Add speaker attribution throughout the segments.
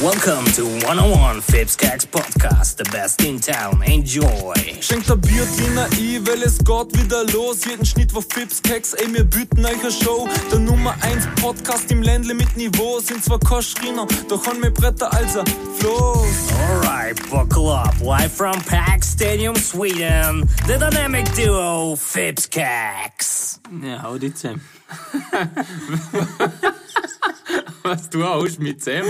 Speaker 1: Welcome to 101 Fips Cacks Podcast, the best in town. Enjoy!
Speaker 2: Schenkt ein Bier, Diener, ich, weil es geht wieder los. Jeden Schnitt war Fips, Keks, ey, wir bieten euch eine Show. Der Nummer 1 Podcast im Ländle mit Niveau. Sind zwar kein Schreiner, doch haben wir Bretter also als ein Floß.
Speaker 1: Alright, buckle up. Live from Pack Stadium, Sweden, the dynamic duo Fips Cacks.
Speaker 3: Ja, hau dich zusammen.
Speaker 4: Was du haust mit Sam?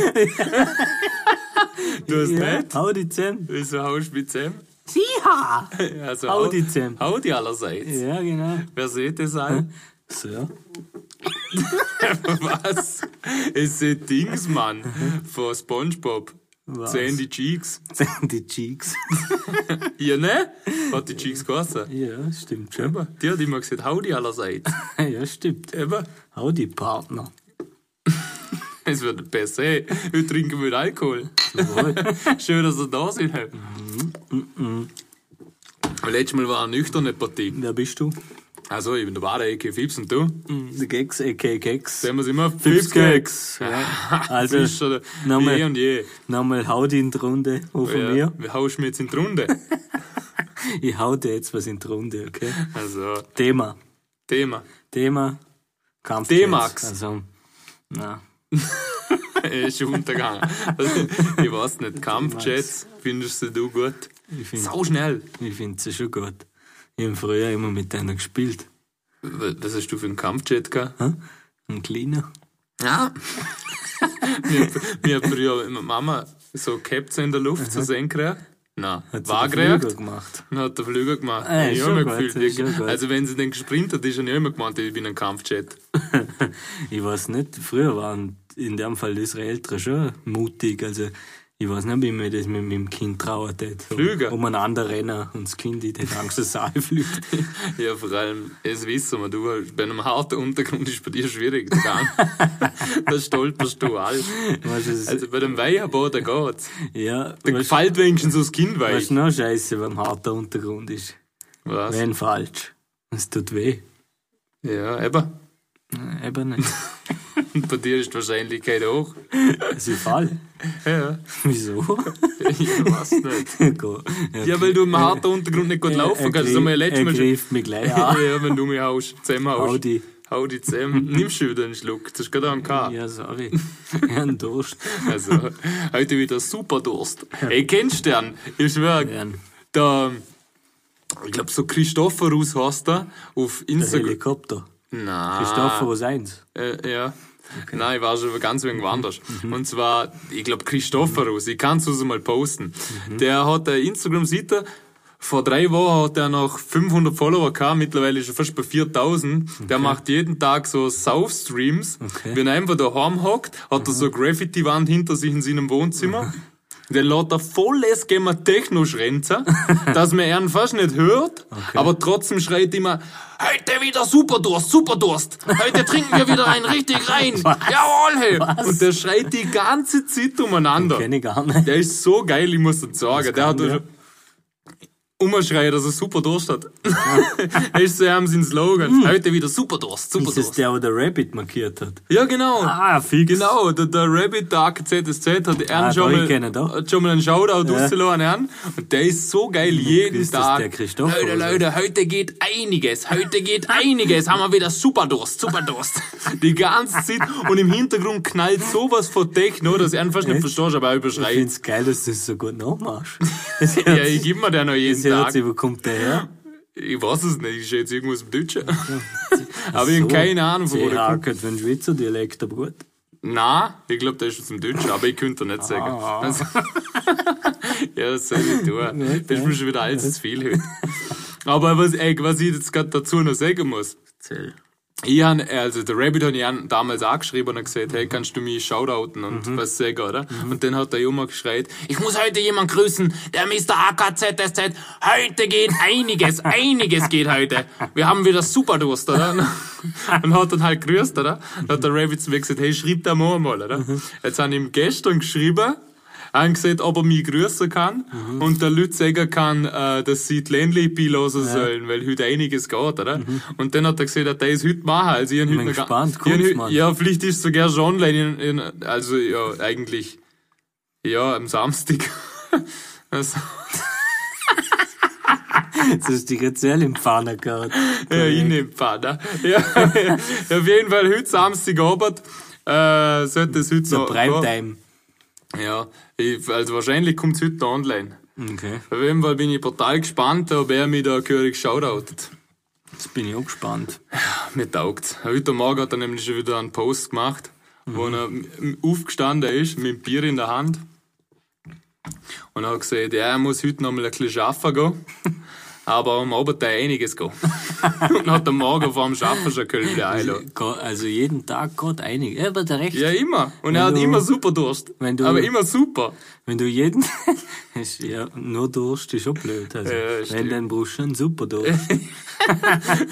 Speaker 4: du hast
Speaker 3: Ja,
Speaker 4: nicht?
Speaker 3: hau dich zusammen.
Speaker 4: Wieso haust mit Sam?
Speaker 3: Siha!
Speaker 4: Also,
Speaker 3: Hau die zusammen.
Speaker 4: Hau die allerseits.
Speaker 3: Ja, genau.
Speaker 4: Wer sieht das an?
Speaker 3: So.
Speaker 4: Was? Es sind Dings, Mann. Von Spongebob.
Speaker 3: Was?
Speaker 4: Sandy Cheeks.
Speaker 3: Sind die Cheeks.
Speaker 4: Ihr ne? Hat die Cheeks geheißen?
Speaker 3: Ja, stimmt schon.
Speaker 4: Eben. Die hat immer gesagt, hau die allerseits.
Speaker 3: Ja, stimmt.
Speaker 4: Eben.
Speaker 3: Hau die Partner.
Speaker 4: Es wird besser. Hey, heute trinken wir Alkohol. Schön, dass ihr da seid. Hey. Letztes Mal war eine nüchterne Partie.
Speaker 3: Wer bist du?
Speaker 4: Also, ich bin der wahre Ecke Fips und du?
Speaker 3: Der Gex, a.k. Gex.
Speaker 4: Sehen wir immer?
Speaker 3: Fipskex. Ja. Also,
Speaker 4: Fisch oder je
Speaker 3: nochmal
Speaker 4: und je.
Speaker 3: nochmal hau die in die Runde. Auch von
Speaker 4: Ja,
Speaker 3: mir.
Speaker 4: Wie haust du mir jetzt in die Runde?
Speaker 3: Ich hau dir jetzt was in die Runde, okay?
Speaker 4: Also,
Speaker 3: Thema.
Speaker 4: Thema.
Speaker 3: Thema. Kampf.
Speaker 4: D-Max.
Speaker 3: Also, na.
Speaker 4: Äh, Ist schon untergegangen. Also, ich weiß nicht, Kampfjets, findest du du gut?
Speaker 3: Ich finde
Speaker 4: Sau schnell.
Speaker 3: ich find sie schon gut. Ich habe früher immer mit einer gespielt.
Speaker 4: W- Was hast du für einen Kampfjet gehabt?
Speaker 3: Hm? Ein kleiner.
Speaker 4: Ja. Mir hat früher immer Mama so Capts in der Luft zu sehen gekriegt. Nein,
Speaker 3: Hat sie den Flügel
Speaker 4: waagrecht.
Speaker 3: gemacht.
Speaker 4: Dann hat der Flüger gemacht.
Speaker 3: Ah,
Speaker 4: ich
Speaker 3: ist
Speaker 4: habe
Speaker 3: schon
Speaker 4: immer
Speaker 3: gut,
Speaker 4: gefühlt,
Speaker 3: ist schon
Speaker 4: ich-
Speaker 3: gut.
Speaker 4: also wenn sie dann gesprintet ist, habe ich immer gemeint, ich bin ein Kampfjet.
Speaker 3: ich weiß nicht, früher waren in dem Fall unsere Eltern schon mutig. Also ich weiß nicht, ob ich mir das mit meinem Kind trauert hätte.
Speaker 4: Flüge.
Speaker 3: Um, um einander rennen und das Kind ich hätte Angst, dass es einfliegt.
Speaker 4: Ja, vor allem, es wissen wir, du, bei einem harten Untergrund ist bei dir schwierig. Da da stolperst du all.
Speaker 3: Weißt du, es-
Speaker 4: Also bei dem Weiherboot, da geht's.
Speaker 3: ja,
Speaker 4: Da
Speaker 3: weißt
Speaker 4: fällt wenigstens so das Kind
Speaker 3: was
Speaker 4: weich.
Speaker 3: noch scheiße, wenn harter Untergrund ist.
Speaker 4: Was?
Speaker 3: Wenn falsch. Es tut weh.
Speaker 4: Ja, eben.
Speaker 3: Äh, Eben nicht.
Speaker 4: Und bei dir ist die Wahrscheinlichkeit hoch.
Speaker 3: Sie fallen.
Speaker 4: Ja,
Speaker 3: Wieso?
Speaker 4: ich weiß nicht. Äh,
Speaker 3: Go.
Speaker 4: Ja, weil du im harten Untergrund nicht gut laufen kannst. Das haben wir ja letztes
Speaker 3: Er
Speaker 4: Mal schon.
Speaker 3: greift mich gleich an.
Speaker 4: Ja, wenn du mich haust, zusammenhaust.
Speaker 3: Hau die.
Speaker 4: Hau die zusammen. Nimmst du wieder einen Schluck. Das ist gerade am K.
Speaker 3: Ja, sorry. Ich habe Durst.
Speaker 4: Also, heute wieder super Durst. Ey, kennst du den? Ich schwöre,
Speaker 3: Gern.
Speaker 4: der, ich glaube, so Christophorus heißt er, auf
Speaker 3: Der
Speaker 4: Instagram.
Speaker 3: Helikopter.
Speaker 4: Nein.
Speaker 3: Christophorus 1.
Speaker 4: Äh, ja. Nein, ich weiß schon ganz wegen anders. Und zwar, ich glaube, Christophorus, ich kann es uns mal posten. Der hat eine Instagram-Seite, vor drei Wochen hat er noch 500 Follower gehabt, mittlerweile ist er fast bei 4000. Der macht jeden Tag so Sauf-Streams.
Speaker 3: Okay.
Speaker 4: Wenn er einfach daheim hockt, hat er so eine Graffiti-Wand hinter sich in seinem Wohnzimmer. Der lässt er volles Gamer Techno schrenzen, dass man ihn fast nicht hört, aber trotzdem schreit immer, heute wieder Superdurst, Superdurst, heute trinken wir wieder einen richtig rein, jawohl, hey. Und der schreit die ganze Zeit umeinander.
Speaker 3: Kenne ich gar nicht.
Speaker 4: Der ist so geil, ich muss das sagen. Der hat
Speaker 3: kann
Speaker 4: ja. umschreit, dass er Superdurst hat. das ist so ihm sein Slogan, heute wieder Superdurst,
Speaker 3: Ah. Hm. Ist es
Speaker 4: Superdurst.
Speaker 3: der, wo der Rabbit markiert hat?
Speaker 4: Ja, genau.
Speaker 3: Ah, fix.
Speaker 4: Genau, der, der Rabbit der AKZSZ hat er
Speaker 3: Ah, da,
Speaker 4: schon,
Speaker 3: ich
Speaker 4: mal,
Speaker 3: kenn ihn doch.
Speaker 4: hat schon mal einen Shoutout
Speaker 3: Ja.
Speaker 4: rausgelassen an. Und der ist so geil jeden
Speaker 3: ist das
Speaker 4: Tag.
Speaker 3: der Christoph also.
Speaker 4: Leute,
Speaker 3: oder was?
Speaker 4: Leute, heute geht einiges, heute geht einiges. Haben wir wieder Superdurst, Superdurst. Die ganze Zeit. Und im Hintergrund knallt sowas von Techno, dass er fast nicht
Speaker 3: Echt?
Speaker 4: verstehst, aber er
Speaker 3: Ich
Speaker 4: überschreit.
Speaker 3: find's geil, dass du es so gut nachmachst. Das hört
Speaker 4: Ja, ich
Speaker 3: sich-
Speaker 4: gebe mir den noch jeden
Speaker 3: das hört
Speaker 4: Tag.
Speaker 3: sich, wo kommt der her?
Speaker 4: Ich weiß es nicht, ich schätze irgendwo aus dem Deutschen. aber ich habe keine Ahnung, von wo
Speaker 3: der
Speaker 4: der kommt.
Speaker 3: kommt. Ich wenn Schweizer Dialekt, aber gut.
Speaker 4: Nein, ich glaube, der ist aus dem Deutschen, aber ich könnte ihn nicht sagen. Also, ja, das soll ich tun. Das ist mir schon wieder alles zu viel heute. Aber was, ey, was ich jetzt gerade dazu noch sagen muss.
Speaker 3: Zell.
Speaker 4: Ich han, also der Rabbit hat ich an- damals angeschrieben und gesagt, hey, kannst du mich shoutouten und was sagen, oder? Und dann hat der Junge geschreit, ich muss heute jemand grüßen, der Mr. AKZSZ, heute geht einiges, einiges geht heute. Wir haben wieder Superdurst, oder? Und hat dann halt grüßt, oder? Dann hat der Rabbit zu mir gesagt, hey, schreib da mal mal, oder? Jetzt han ich ihm gestern geschrieben, haben gesagt, ob er mich grüßen kann und der Leute sagen kann, äh, dass sie die Ländli lassen sollen, weil heute einiges geht, oder? Und dann hat er gesagt, er ist heute machen. Also ich hab
Speaker 3: bin
Speaker 4: heute noch gar-
Speaker 3: gespannt,
Speaker 4: ich hab
Speaker 3: kommt's,
Speaker 4: heute-
Speaker 3: Mann.
Speaker 4: Ja, vielleicht ist es sogar schon online. In, in, also ja, eigentlich Ja, am Samstag. Also,
Speaker 3: Jetzt hast du dich jetzt sehr im Pfanne gehabt.
Speaker 4: ja, ich nehm Pfanne. Ja, ja, auf jeden Fall, heute Samstagabend äh, sollte es heute
Speaker 3: So
Speaker 4: noch...
Speaker 3: Primetime.
Speaker 4: Ja, ich, also wahrscheinlich kommt es heute online.
Speaker 3: Okay,
Speaker 4: Auf jeden Fall bin ich brutal gespannt, ob er mich da gehörig shoutoutet.
Speaker 3: jetzt bin ich auch gespannt.
Speaker 4: Mir taugt's. Heute Morgen hat er nämlich schon wieder einen Post gemacht, wo
Speaker 3: Mhm.
Speaker 4: er m- aufgestanden ist, mit dem Bier in der Hand. Und hat gesagt, ja, er muss heute noch mal ein bisschen arbeiten gehen. Aber am Abend da einiges gehen. und hat am Morgen vor dem Arbeiten schon können wieder einladen.
Speaker 3: Go- Also jeden Tag geht einig. Ja, aber der Recht.
Speaker 4: Ja, immer. Und er
Speaker 3: Wenn
Speaker 4: hat
Speaker 3: du-
Speaker 4: immer super Durst.
Speaker 3: wenn du-
Speaker 4: Aber immer super.
Speaker 3: Wenn du jeden. Ist ja, nur Durst ist schon blöd. Also,
Speaker 4: Ja,
Speaker 3: wenn
Speaker 4: stimmt.
Speaker 3: dann brauchst du einen super Durst.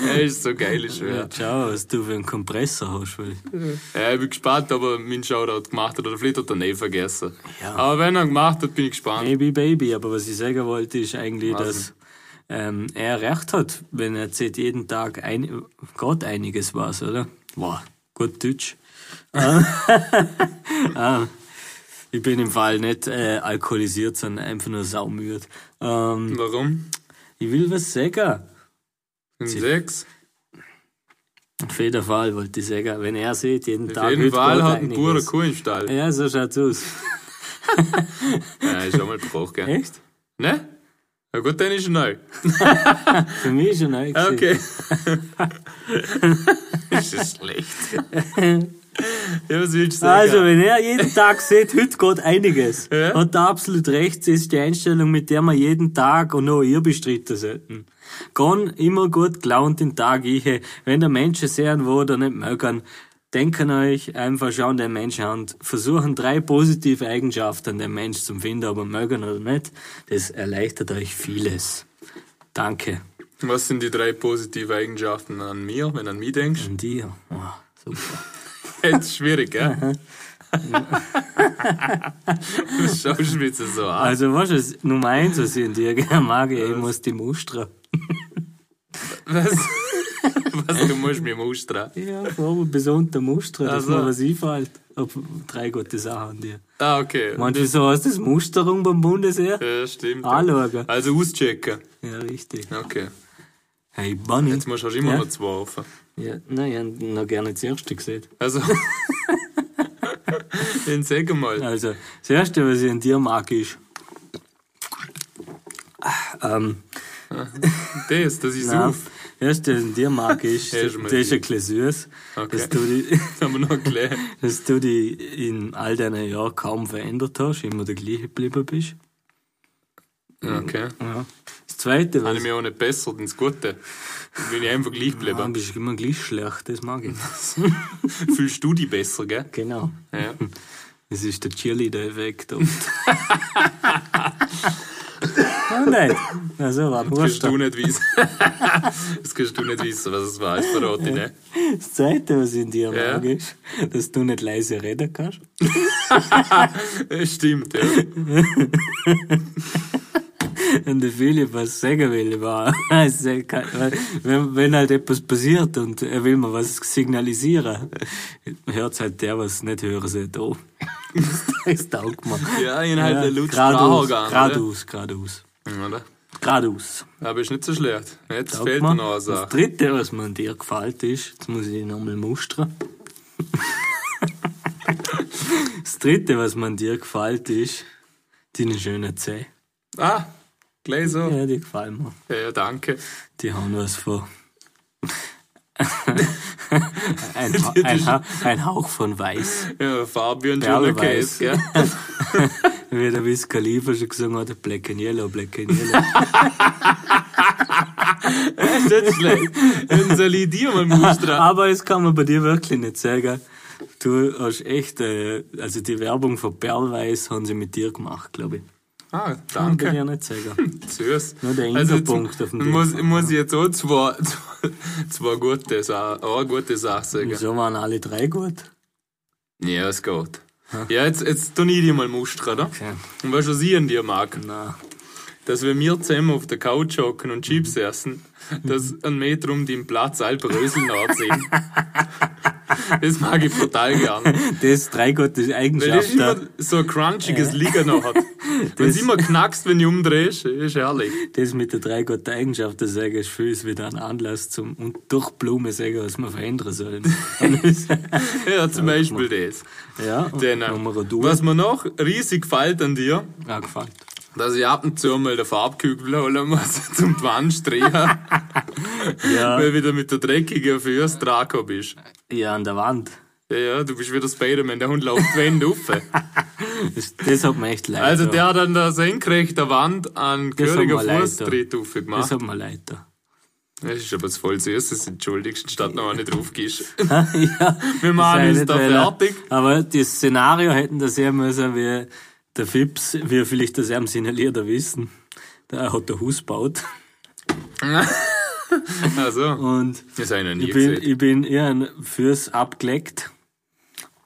Speaker 4: Er ist so geil, ist
Speaker 3: ja,
Speaker 4: schwer.
Speaker 3: schau, was du für einen Kompressor hast. Weil
Speaker 4: Ja, ich bin gespannt, ob er meinen Shoutout gemacht hat. Oder vielleicht hat er ihn eh vergessen.
Speaker 3: Ja.
Speaker 4: Aber wenn er ihn gemacht hat, bin ich gespannt.
Speaker 3: Baby, Baby. Aber was ich sagen wollte, ist eigentlich,
Speaker 4: Was?
Speaker 3: dass ähm, er recht hat, wenn er zählt jeden Tag ein, Gott einiges was, oder? Wow, gut Deutsch. Ah. Ah. ich bin im Fall nicht äh, alkoholisiert, sondern einfach nur saumüde. Ähm,
Speaker 4: Warum?
Speaker 3: ich will was sagen.
Speaker 4: In sechs?
Speaker 3: Auf jeden Fall wollte ich sagen, wenn er sieht, jeden Tag.
Speaker 4: Auf jeden
Speaker 3: heute
Speaker 4: Fall
Speaker 3: geht
Speaker 4: hat ein
Speaker 3: einiges.
Speaker 4: Bauer eine Kuh im Stall.
Speaker 3: Ja, so schaut's aus.
Speaker 4: Ja, ist schon mal Bruch, gell?
Speaker 3: Echt?
Speaker 4: Ne? Na gut, dann ist er neu.
Speaker 3: Für mich ist er neu. gewesen.
Speaker 4: Okay. ist das schlecht. ja, was willst du sagen?
Speaker 3: Also, wenn er jeden Tag sieht, heute geht einiges,
Speaker 4: Ja.
Speaker 3: hat er absolut recht, das ist die Einstellung, mit der wir jeden Tag und noch ihr bestritten sollten. Gehen immer gut gelaunt den Tag ich. Wenn der Menschen sehen, wo der nicht mögen, denken euch, einfach schauen den Menschen an und versuchen drei positive Eigenschaften an dem Menschen zu finden, ob er mögen oder nicht. Das erleichtert euch vieles. Danke.
Speaker 4: was sind die drei positiven Eigenschaften an mir, wenn du an mich denkst?
Speaker 3: Und dir. Oh, super.
Speaker 4: Jetzt ist schwierig, gell? du schaust mich jetzt so an.
Speaker 3: Also, was ist Nummer eins, was ich in dir gerne mag? Ich muss die Mustra.
Speaker 4: Was? was, du musst mich mustern.
Speaker 3: Ja, aber bis unter Muster, dass
Speaker 4: Also.
Speaker 3: mir was einfällt. Ob drei gute Sachen an dir.
Speaker 4: Ah, okay.
Speaker 3: Meinst du, wieso heißt das Musterung beim Bundesheer?
Speaker 4: Ja, Äh, stimmt.
Speaker 3: Anschauen.
Speaker 4: Also auschecken.
Speaker 3: Ja, richtig.
Speaker 4: Okay.
Speaker 3: Hey, Bunny.
Speaker 4: Jetzt musst du immer
Speaker 3: Ja.
Speaker 4: noch zwei offen.
Speaker 3: Ja, nein, ich hab noch gerne das erste gesehen.
Speaker 4: Also. Den sag mal.
Speaker 3: Also, das erste, was ich an dir mag, ist. Ähm,
Speaker 4: Das, das ist
Speaker 3: nein,
Speaker 4: auf.
Speaker 3: ne? das erste, was ich an dir mag, ist.
Speaker 4: Ja, ist mir
Speaker 3: das ist ein bisschen süß.
Speaker 4: Okay.
Speaker 3: Dass du die.
Speaker 4: Das haben wir noch erklärt.
Speaker 3: dass du dich in all deinen Jahren kaum verändert hast, immer der gleiche geblieben bist.
Speaker 4: Okay.
Speaker 3: Ja. Das zweite,
Speaker 4: Habe
Speaker 3: was
Speaker 4: ich mich auch nicht bessert ins Gute. Bin ich einfach gleich
Speaker 3: ah,
Speaker 4: geblieben.
Speaker 3: bist du immer gleich schlecht, das mag ich.
Speaker 4: Fühlst du dich besser, gell?
Speaker 3: genau.
Speaker 4: Ja.
Speaker 3: Das ist der Cheerleader-Effekt. Und oh nein. Also, warte,
Speaker 4: Kannst du
Speaker 3: Muster.
Speaker 4: nicht wissen. Das kannst du nicht wissen, was es war. ne? Ich verrate ich nicht.
Speaker 3: Das zweite, was ich in dir
Speaker 4: Ja.
Speaker 3: mag, ist, dass du nicht leise reden kannst.
Speaker 4: Das Stimmt, ja.
Speaker 3: Und der Philipp was sagen will, war, wenn, wenn halt etwas passiert und er will mir was signalisieren, hört halt der, was nicht hören sollte, an. Das taugt mir.
Speaker 4: Ja, ihn halt der Lutz Sprache
Speaker 3: geradeaus,
Speaker 4: gegangen,
Speaker 3: geradeaus, geradeaus,
Speaker 4: Oder?
Speaker 3: geradeaus.
Speaker 4: Aber ist nicht so schlecht. Jetzt
Speaker 3: Taugt
Speaker 4: fehlt
Speaker 3: mir.
Speaker 4: mir noch eine
Speaker 3: Das
Speaker 4: Sache.
Speaker 3: dritte, was mir an dir gefällt ist, jetzt muss ich dich nochmal mustern. das dritte, was mir an dir gefällt ist, deine schönen Zähne.
Speaker 4: Ah, gleich so.
Speaker 3: Ja, die gefallen mir.
Speaker 4: Ja, ja danke.
Speaker 3: Die haben was von. ein, Ha-
Speaker 4: Die- die-
Speaker 3: ein, Ha- ein Hauch von Weiß.
Speaker 4: Ja, Fabian
Speaker 3: Perle
Speaker 4: Jule Case,
Speaker 3: weiß.
Speaker 4: gell?
Speaker 3: Wie der Wiz Khalifa schon gesungen hat, Black and Yellow, Black and Yellow.
Speaker 4: Ist nicht schlecht. Dann soll ich dir mal mustern.
Speaker 3: Aber das kann man bei dir wirklich nicht sagen. Du hast echt, äh, also die Werbung von Perlweiß haben sie mit dir gemacht, glaube ich.
Speaker 4: Ah,
Speaker 3: Kann man
Speaker 4: danke.
Speaker 3: dir nicht sagen.
Speaker 4: Süß. Also
Speaker 3: Nur der
Speaker 4: jetzt
Speaker 3: Inselpunkt auf dem Ding.
Speaker 4: muss, muss ich jetzt auch zwei, zwei, zwei gute, Sa- auch eine gute Sachen sagen.
Speaker 3: Wieso waren alle drei gut?
Speaker 4: Ja, es geht. Ja, jetzt, jetzt tu ich dir mal mustern, oder?
Speaker 3: Okay.
Speaker 4: Und weißt du, was ich an dir mag?
Speaker 3: Na,
Speaker 4: Dass wenn wir zusammen auf der Couch hocken und Chips essen, dass ein Meter um den Platz halb Röseln anziehen. Das mag ich total gern.
Speaker 3: Das drei gute
Speaker 4: Weil das
Speaker 3: Eigenschaften.
Speaker 4: immer so ein crunchiges Liga noch hat. Wenn es immer knackst, wenn ich umdrehst, ist herrlich.
Speaker 3: Das mit der drei guten Eigenschaften sagen, ist für uns wieder ein Anlass zum und durch Blume sagen, was wir verändern sollen. Und das-
Speaker 4: Ja, zum Beispiel das.
Speaker 3: ja, und
Speaker 4: Dann, äh,
Speaker 3: Nummer
Speaker 4: was mir noch riesig gefällt an dir,
Speaker 3: Ja, gefällt.
Speaker 4: dass ich ab und zu mal den Farbkügel holen muss zum die Wand streichen,
Speaker 3: Ja,
Speaker 4: weil wieder mit der dreckigen fürs Draco bist.
Speaker 3: ja, an der Wand.
Speaker 4: Ja, ja, du bist wieder Spider-Man, der Hund läuft die Wände auf.
Speaker 3: Das, das hat mir echt leid.
Speaker 4: Also
Speaker 3: da.
Speaker 4: der hat an der senkrechten Wand einen
Speaker 3: Das hat mir
Speaker 4: gehörigen
Speaker 3: leid,
Speaker 4: Fußtritt
Speaker 3: Das
Speaker 4: aufgemacht.
Speaker 3: hat mir leid. Da.
Speaker 4: Das ist aber voll süß, dass du entschuldigst, statt noch eine drauf gehst.
Speaker 3: ja,
Speaker 4: Wir
Speaker 3: das
Speaker 4: machen
Speaker 3: sei
Speaker 4: uns
Speaker 3: nicht
Speaker 4: da
Speaker 3: weil-
Speaker 4: fertig.
Speaker 3: Aber das Szenario hätten das sehen müssen, wie der Fips, wie er vielleicht das am signaliert er wissen. Da hat der Haus gebaut.
Speaker 4: Also,
Speaker 3: Und
Speaker 4: das habe ich noch nie
Speaker 3: ich bin,
Speaker 4: gesehen.
Speaker 3: ich bin eher ein Fürs abgeleckt.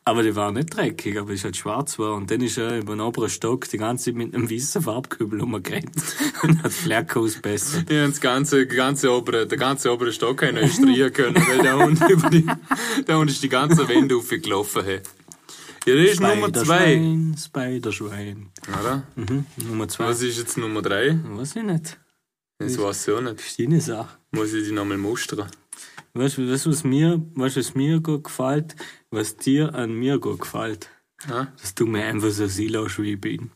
Speaker 3: Aber die war nicht dreckig, aber ich halt schwarz war. Und dann ist er über den oberen Stock die ganze Zeit mit einem weißen Farbkübel umgerannt und hat Flerke ausbessert.
Speaker 4: Ich hab das ganze, ganze obere, der ganze obere Stock einer streichen können, weil der Hund über die, der Hund ist die ganze Wände aufgelaufen. Hey. Ja, das ist Nummer zwei.
Speaker 3: Spiderschwein, Spiderschwein.
Speaker 4: Oder?
Speaker 3: Nummer zwei.
Speaker 4: Was ist jetzt Nummer drei?
Speaker 3: Weiß ich nicht.
Speaker 4: Das weiß ich auch nicht.
Speaker 3: Das ist deine Sache.
Speaker 4: Muss ich die nochmal mustern?
Speaker 3: Weißt du, das, was mir, weißt, du, was mir gut gefällt, was dir an mir gut gefällt,
Speaker 4: Ja.
Speaker 3: dass du mir einfach so siehst, wie ich bin.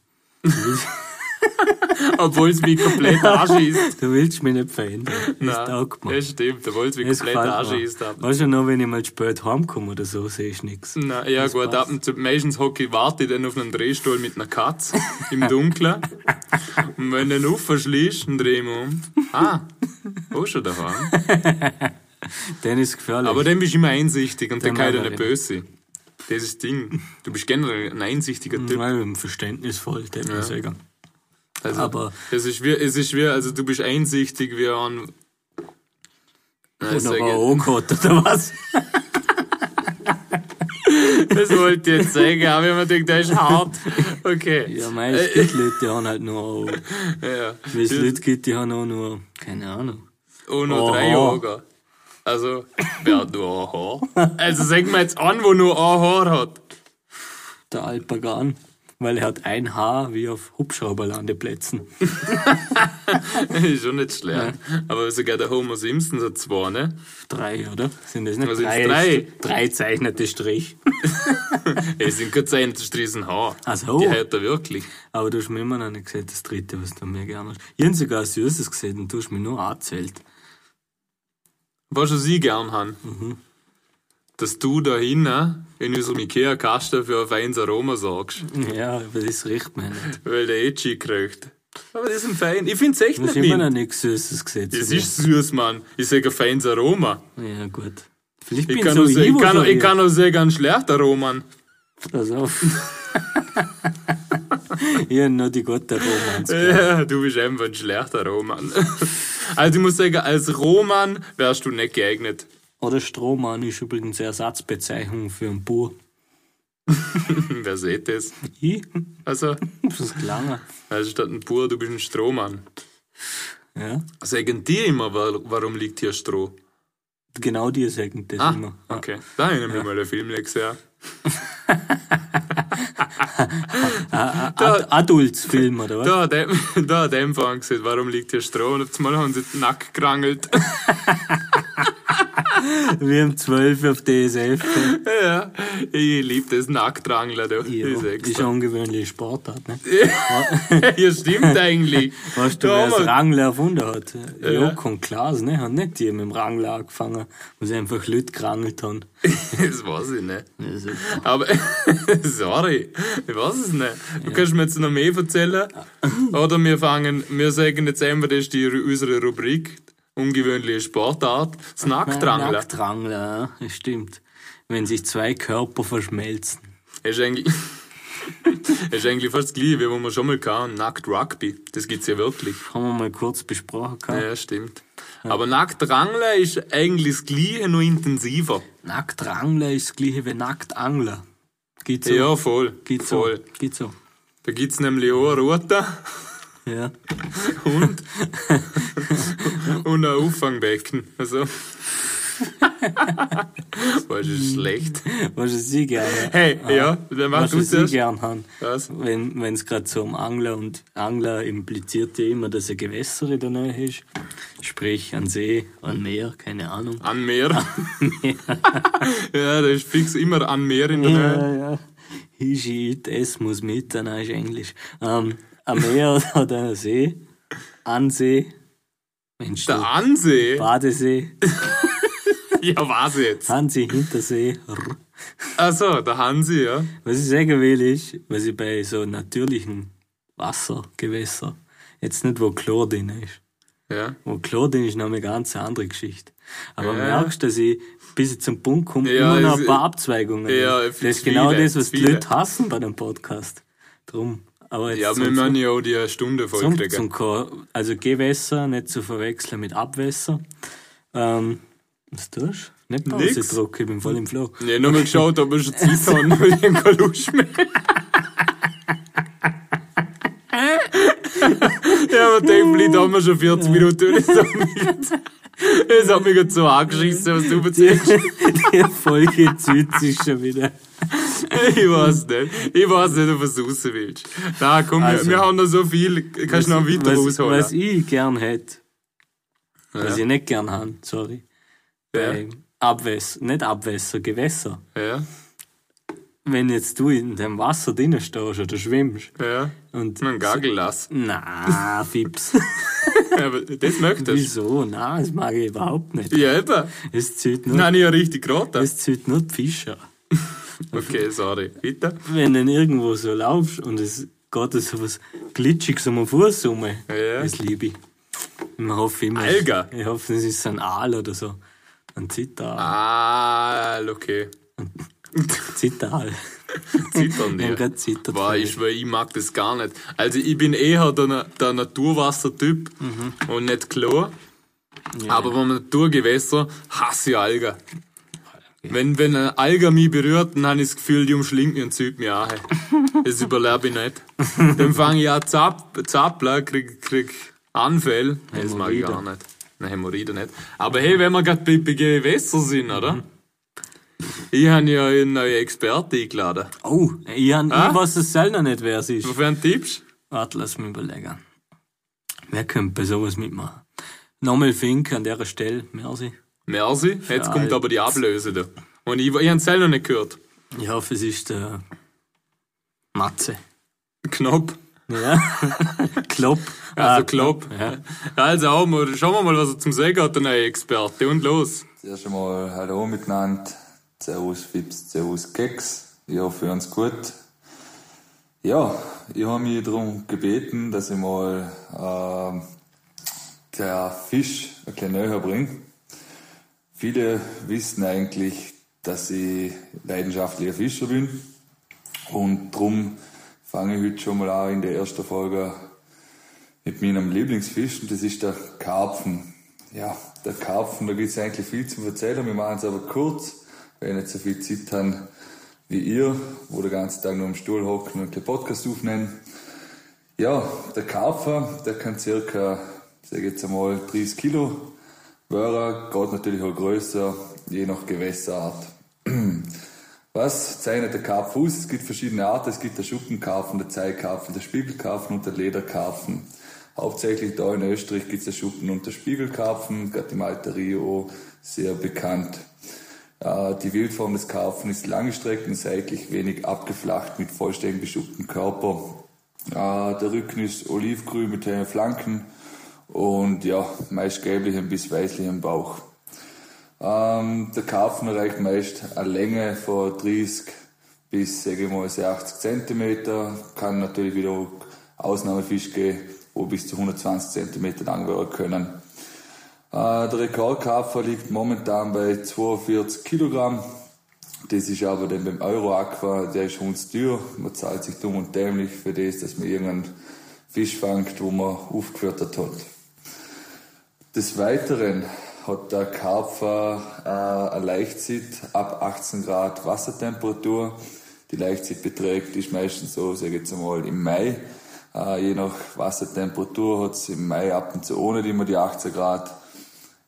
Speaker 4: Obwohl es mich komplett anschießt.
Speaker 3: Du willst mich nicht verändern. Das taugt mir.
Speaker 4: das stimmt, obwohl es mich
Speaker 3: Das
Speaker 4: komplett
Speaker 3: gefällt mir.
Speaker 4: anschießt. aber-
Speaker 3: Weißt du noch, wenn ich mal spät heimkomme oder so, siehst du nichts.
Speaker 4: Na, ja gut, ab und zu, meistens hocke ich, warte ich dann auf einem Drehstuhl mit einer Katze im Dunkeln. Und wenn du dann aufschließt, dann drehe ich mich um. Ah, auch schon daheim.
Speaker 3: Dann ist gefährlich.
Speaker 4: Aber dann bist du immer einsichtig und dann
Speaker 3: Der
Speaker 4: kann ich dir
Speaker 3: Mann
Speaker 4: nicht
Speaker 3: war
Speaker 4: böse sein. Das ist das Ding. Du bist generell ein einsichtiger Typ.
Speaker 3: Nein, ich bin verständnisvoll, der ja. sagen.
Speaker 4: Also,
Speaker 3: aber-
Speaker 4: es ist wie, es ist wie, also du bist einsichtig wie ein... Nein,
Speaker 3: Und aber
Speaker 4: sag ich-
Speaker 3: auch angehört, oder was?
Speaker 4: Das wollte ich jetzt sagen, aber ich mir gedacht, der ist hart. Okay.
Speaker 3: Ja, mei, es gibt Leute, die haben halt nur,
Speaker 4: ja.
Speaker 3: wie es Leute gibt, die haben auch nur, keine Ahnung.
Speaker 4: Und noch drei
Speaker 3: Aha.
Speaker 4: Jahre. Also, wer hat nur ein Haar? Also, sag mal jetzt an, wo nur ein Haar hat.
Speaker 3: Der Alpagan. Weil er hat ein Haar wie auf Hubschrauberlandeplätzen.
Speaker 4: Ist schon nicht schlecht. Aber sogar der Homer Simpson hat zwei, ne?
Speaker 3: Drei, oder? Sind das nicht
Speaker 4: Was sind's,
Speaker 3: drei?
Speaker 4: drei?
Speaker 3: Drei zeichnete Strich.
Speaker 4: Es sind keine Zähne zu strissen Haar.
Speaker 3: Ach so.
Speaker 4: Die hat er wirklich.
Speaker 3: Aber du hast mir immer noch nicht gesehen, das dritte, was du mir gerne hast. Ich hab sogar ein Süßes gesehen und du hast mir nur angezählt.
Speaker 4: Was schon sie gern haben.
Speaker 3: Mhm.
Speaker 4: Dass du da hinten in unserem Ikea-Kasten für ein feines Aroma sorgst.
Speaker 3: Ja, aber das riecht mir nicht.
Speaker 4: Weil der Edgy kriegt. Aber das ist ein fein. Ich find's echt
Speaker 3: Du hast
Speaker 4: nicht
Speaker 3: immer noch
Speaker 4: min.
Speaker 3: nichts Süßes gesehen. zu
Speaker 4: Das
Speaker 3: mir.
Speaker 4: ist süß, Mann. Ich sag ein feines Aroma.
Speaker 3: Ja, gut. Vielleicht bin
Speaker 4: Ich
Speaker 3: ich
Speaker 4: kann,
Speaker 3: so
Speaker 4: auch, sagen- ich, kann, auch- ich
Speaker 3: ich
Speaker 4: kann auch sagen, ein schlechter Roman.
Speaker 3: Pass auf. ich hab noch die gute Romans.
Speaker 4: Ja, du bist einfach ein schlechter Roman. Also ich muss sagen, als Roman wärst du nicht geeignet.
Speaker 3: Oder Strohmann ist übrigens eine Ersatzbezeichnung für einen Bur.
Speaker 4: Hm, Wer sieht das?
Speaker 3: Ich?
Speaker 4: Also,
Speaker 3: Das ist klanger.
Speaker 4: also statt ein Bur, du bist ein Strohmann.
Speaker 3: Ja.
Speaker 4: Sagen die immer, wa- warum liegt hier Stroh?
Speaker 3: Genau die sagen das
Speaker 4: Ah,
Speaker 3: immer. Ja.
Speaker 4: okay. Da habe ich nämlich mal einen Film gesehen.
Speaker 3: Ad Adultsfilm, oder was?
Speaker 4: Da hat er- da hat er Anfang gesagt, warum liegt hier Stroh? Und auf einmal haben sie den Nack gerangelt.
Speaker 3: Wir haben 12 auf DSF.
Speaker 4: ja, ich liebe das Nackdrangeln. Du.
Speaker 3: Ja,
Speaker 4: Das ist
Speaker 3: das ist
Speaker 4: extra.
Speaker 3: eine ungewöhnliche Sportart, ne?
Speaker 4: ja, stimmt eigentlich.
Speaker 3: Weißt du,
Speaker 4: Da
Speaker 3: wer
Speaker 4: haben
Speaker 3: das
Speaker 4: wir-
Speaker 3: Rangler erfunden hat? Joko und Klaas, ne? Haben nicht die mit dem Rangler angefangen, wo sie einfach Leute gerangelt haben.
Speaker 4: Das weiß ich nicht.
Speaker 3: Ja, super.
Speaker 4: Aber, sorry, ich weiß es nicht. Du kannst mir jetzt noch mehr erzählen. Oder wir fangen, wir sagen jetzt einfach, das ist die, unsere Rubrik, ungewöhnliche Sportart, das Nacktrangler.
Speaker 3: Nacktdrangler, ja, das stimmt. Wenn sich zwei Körper verschmelzen.
Speaker 4: Ist eigentlich, ist eigentlich fast das gleiche, wie wo wir schon mal hatten, Nackt Rugby. Das gibt's ja wirklich.
Speaker 3: Haben wir mal kurz besprochen. gehabt.
Speaker 4: Ja, stimmt. Aber Nacktrangler ist eigentlich das gleiche, nur intensiver.
Speaker 3: Nacktdrangler ist das gleiche wie Nacktangler. Geht so.
Speaker 4: Ja, voll.
Speaker 3: geht so.
Speaker 4: voll.
Speaker 3: Geht so.
Speaker 4: Da gibt's nämlich auch eine Route
Speaker 3: Ja.
Speaker 4: und ein Auffangbecken. Also. Was ist schlecht.
Speaker 3: Was ich sie gerne.
Speaker 4: Hey, ja, dann mach
Speaker 3: Was
Speaker 4: du
Speaker 3: ich sie
Speaker 4: zuerst.
Speaker 3: gern haben.
Speaker 4: Was?
Speaker 3: Wenn es gerade so um Angler und Angler impliziert ja immer, dass ein Gewässer in der Nähe ist. Sprich, an See, an Meer, keine Ahnung.
Speaker 4: An Meer. ja, da ist fix immer an Meer in der Nähe.
Speaker 3: Ja, ja. Hischi, it, es muss mit, dann ist Englisch. Ähm, am Meer oder an See, an See, Mensch,
Speaker 4: Der
Speaker 3: du,
Speaker 4: Ansee?
Speaker 3: Badesee,
Speaker 4: Ja, was jetzt?
Speaker 3: Hansi, Hintersee. Rr.
Speaker 4: Achso, der Hansi, ja.
Speaker 3: Was ich sagen will, ist, was ich bei so natürlichen Wassergewässer, jetzt nicht, wo Chlor drin ist.
Speaker 4: Ja.
Speaker 3: Wo Chlor drin ist, noch eine ganz andere Geschichte. Aber
Speaker 4: Ja.
Speaker 3: merkst du, dass ich bis ich zum Punkt komme,
Speaker 4: Ja,
Speaker 3: immer noch ein
Speaker 4: es-
Speaker 3: paar Abzweigungen
Speaker 4: Ja,
Speaker 3: habe.
Speaker 4: für
Speaker 3: Das ist
Speaker 4: viele,
Speaker 3: genau das, was die
Speaker 4: viele.
Speaker 3: Leute hassen bei dem Podcast. Drum. Aber jetzt
Speaker 4: Ja, wir
Speaker 3: zum,
Speaker 4: müssen ja auch die Stunde
Speaker 3: zum,
Speaker 4: vollkriegen.
Speaker 3: zum Chor. Also Gewässer nicht zu verwechseln mit Abwässer. Ähm, was tust du? Nicht Pause
Speaker 4: Nix.
Speaker 3: drucken, ich bin voll im Flow.
Speaker 4: Ich hab nur mal geschaut, ob wir schon Zeit haben, weil ich hab keine Lust mehr. ja, aber Template haben wir schon 40 Minuten. Das hat mich jetzt, das hat mich jetzt so angeschissen, was du erzählst.
Speaker 3: Die Folge zieht sich schon wieder.
Speaker 4: Ich weiß nicht. Ich weiß nicht, ob du es raus willst. Nein, komm,
Speaker 3: Also.
Speaker 4: wir, wir haben noch so viel. Kannst du noch weiter
Speaker 3: was,
Speaker 4: rausholen?
Speaker 3: was ich gern hätte, was ich nicht gern habe, sorry.
Speaker 4: Ja.
Speaker 3: Bei Abwässer, nicht Abwässer, Gewässer.
Speaker 4: ja,
Speaker 3: Wenn jetzt du in dem Wasser drinnen stehst oder schwimmst
Speaker 4: ja.
Speaker 3: und.
Speaker 4: Mein Gagellass.
Speaker 3: Na, Fips.
Speaker 4: Aber das möchtest
Speaker 3: Wieso? Na, das mag ich überhaupt nicht.
Speaker 4: du. Ja, eben.
Speaker 3: Es zieht nur,
Speaker 4: Nein, ich habe richtig geraten.
Speaker 3: es zieht nur die Fische. an.
Speaker 4: Okay, sorry. Bitte.
Speaker 3: Wenn du irgendwo so laufst und es geht so was Glitschiges um den Fuß rum,
Speaker 4: Ja.
Speaker 3: das liebe ich. Ich hoffe immer.
Speaker 4: Alger?
Speaker 3: Ich hoffe, es ist so ein Aal oder so. Ein Zitter.
Speaker 4: Ah, okay.
Speaker 3: Zital.
Speaker 4: Zittern
Speaker 3: Ich hab
Speaker 4: dir.
Speaker 3: grad zittert.
Speaker 4: Boah,
Speaker 3: von
Speaker 4: Ah. ich
Speaker 3: mir.
Speaker 4: schwör, ich mag das gar nicht. Also ich bin eher der, Na- der Naturwassertyp und nicht Chlor. Aber beim Naturgewässer hasse ich Algen. Wenn, wenn ein Alger mich berührt, dann habe ich das Gefühl, die umschlingt mich und zieht mich an. Das überlebe ich nicht. Dann fange ich an zu zapp- zappeln, krieg, krieg Anfälle. Das mag ich gar
Speaker 3: Hämorrhoiden.
Speaker 4: nicht. Nein, Hämorrhoiden nicht. Aber hey, wenn wir gerade bei, bei Gewässer sind, oder? Ich habe ja einen neuen Experte eingeladen.
Speaker 3: Oh, ich, han,
Speaker 4: Ah?
Speaker 3: ich weiß es selber nicht, wer es ist.
Speaker 4: Wofür tippst
Speaker 3: Warte, lass mich überlegen. Wer könnte bei sowas mitmachen? Nochmal Fink an der Stelle, merci.
Speaker 4: Merci. Jetzt kommt
Speaker 3: alt.
Speaker 4: aber die Ablöse da. Und ich, ich habe es noch nicht gehört.
Speaker 3: Ich hoffe, es ist der Matze.
Speaker 4: Knopp.
Speaker 3: Ja, Klopp. Ah,
Speaker 4: Also Klopp.
Speaker 3: Ja.
Speaker 4: Also auch mal, schauen wir mal, was er zum Sagen hat, der neue Experte. Und los.
Speaker 5: Zuerst einmal Hallo miteinander. Servus Fips, Servus Keks. Ich hoffe, ihr habt's gut. Ja, ich habe mich darum gebeten, dass ich mal ähm, der Fisch ein bisschen näher bringe. Viele wissen eigentlich, dass ich leidenschaftlicher Fischer bin. Und darum fange ich heute schon mal an in der ersten Folge mit meinem Lieblingsfisch und das ist der Karpfen. Ja, der Karpfen, da gibt's eigentlich viel zu erzählen. Wir machen es aber kurz, weil ich nicht so viel Zeit haben wie ihr, wo der ganzen Tag nur am Stuhl hocken und den Podcast aufnehmen. Ja, der Karpfen, der kann circa, sag ich jetzt einmal, 30 Kilo wären, geht natürlich auch größer, je nach Gewässerart. Was zeichnet der Karpfen aus? Es gibt verschiedene Arten. Es gibt der Schuppenkarpfen, der Zeikarpfen, der Spiegelkarpfen und der Lederkarpfen. Hauptsächlich da in Österreich gibt es den Schuppen- und der Spiegelkarpfen, gerade im Alter Rio sehr bekannt. Äh, Die Wildform des Karpfen ist langgestreckt und ist eigentlich wenig abgeflacht mit vollständig beschupptem Körper. Äh, Der Rücken ist olivgrün mit hellen Flanken und ja, meist gelblichem bis weißlichem Bauch. Ähm, der Karpfen erreicht meist eine Länge von 30 bis sage ich mal, so 80 Zentimeter. Kann natürlich wieder auch Ausnahmefisch geben, wo bis zu 120 Zentimeter lang werden können. Äh, der Rekordkarpfer liegt momentan bei 42 Kilogramm. Das ist aber dann beim Euro Aqua, der ist uns teuer. Man zahlt sich dumm und dämlich für das, dass man irgendeinen Fisch fängt, wo man aufgefüttert hat. Des Weiteren hat der Karpfer äh, eine Leichtzeit ab 18 Grad Wassertemperatur. Die Leichtzeit beträgt, ist meistens so, sage ich jetzt einmal, im Mai. Äh, je nach Wassertemperatur hat es im Mai ab und zu ohne immer die 18 Grad.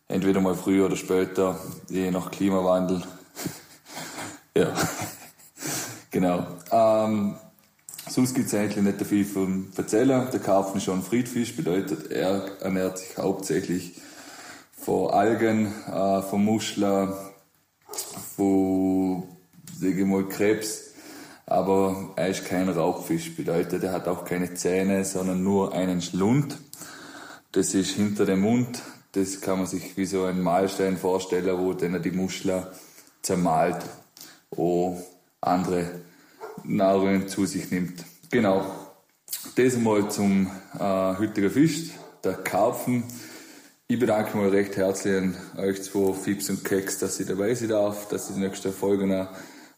Speaker 5: Entweder mal früher oder später, je nach Klimawandel. ja, genau. Ähm, sonst gibt's eigentlich nicht viel vom Verzeller. Der Karpfen ist schon ein Friedfisch, bedeutet, er ernährt sich hauptsächlich von Algen, äh, von Muscheln, von, sag ich mal, Krebs. Aber er ist kein Raubfisch, bedeutet, er hat auch keine Zähne, sondern nur einen Schlund. Das ist hinter dem Mund. Das kann man sich wie so ein Mahlstein vorstellen, wo dann die Muschler zermalt oder andere Nahrung zu sich nimmt. Genau. Das mal zum äh, heutigen Fisch, der Karpfen. Ich bedanke mich recht herzlich an euch zwei Fips und Keks, dass ich dabei sein darf, dass ich die nächste Folge noch,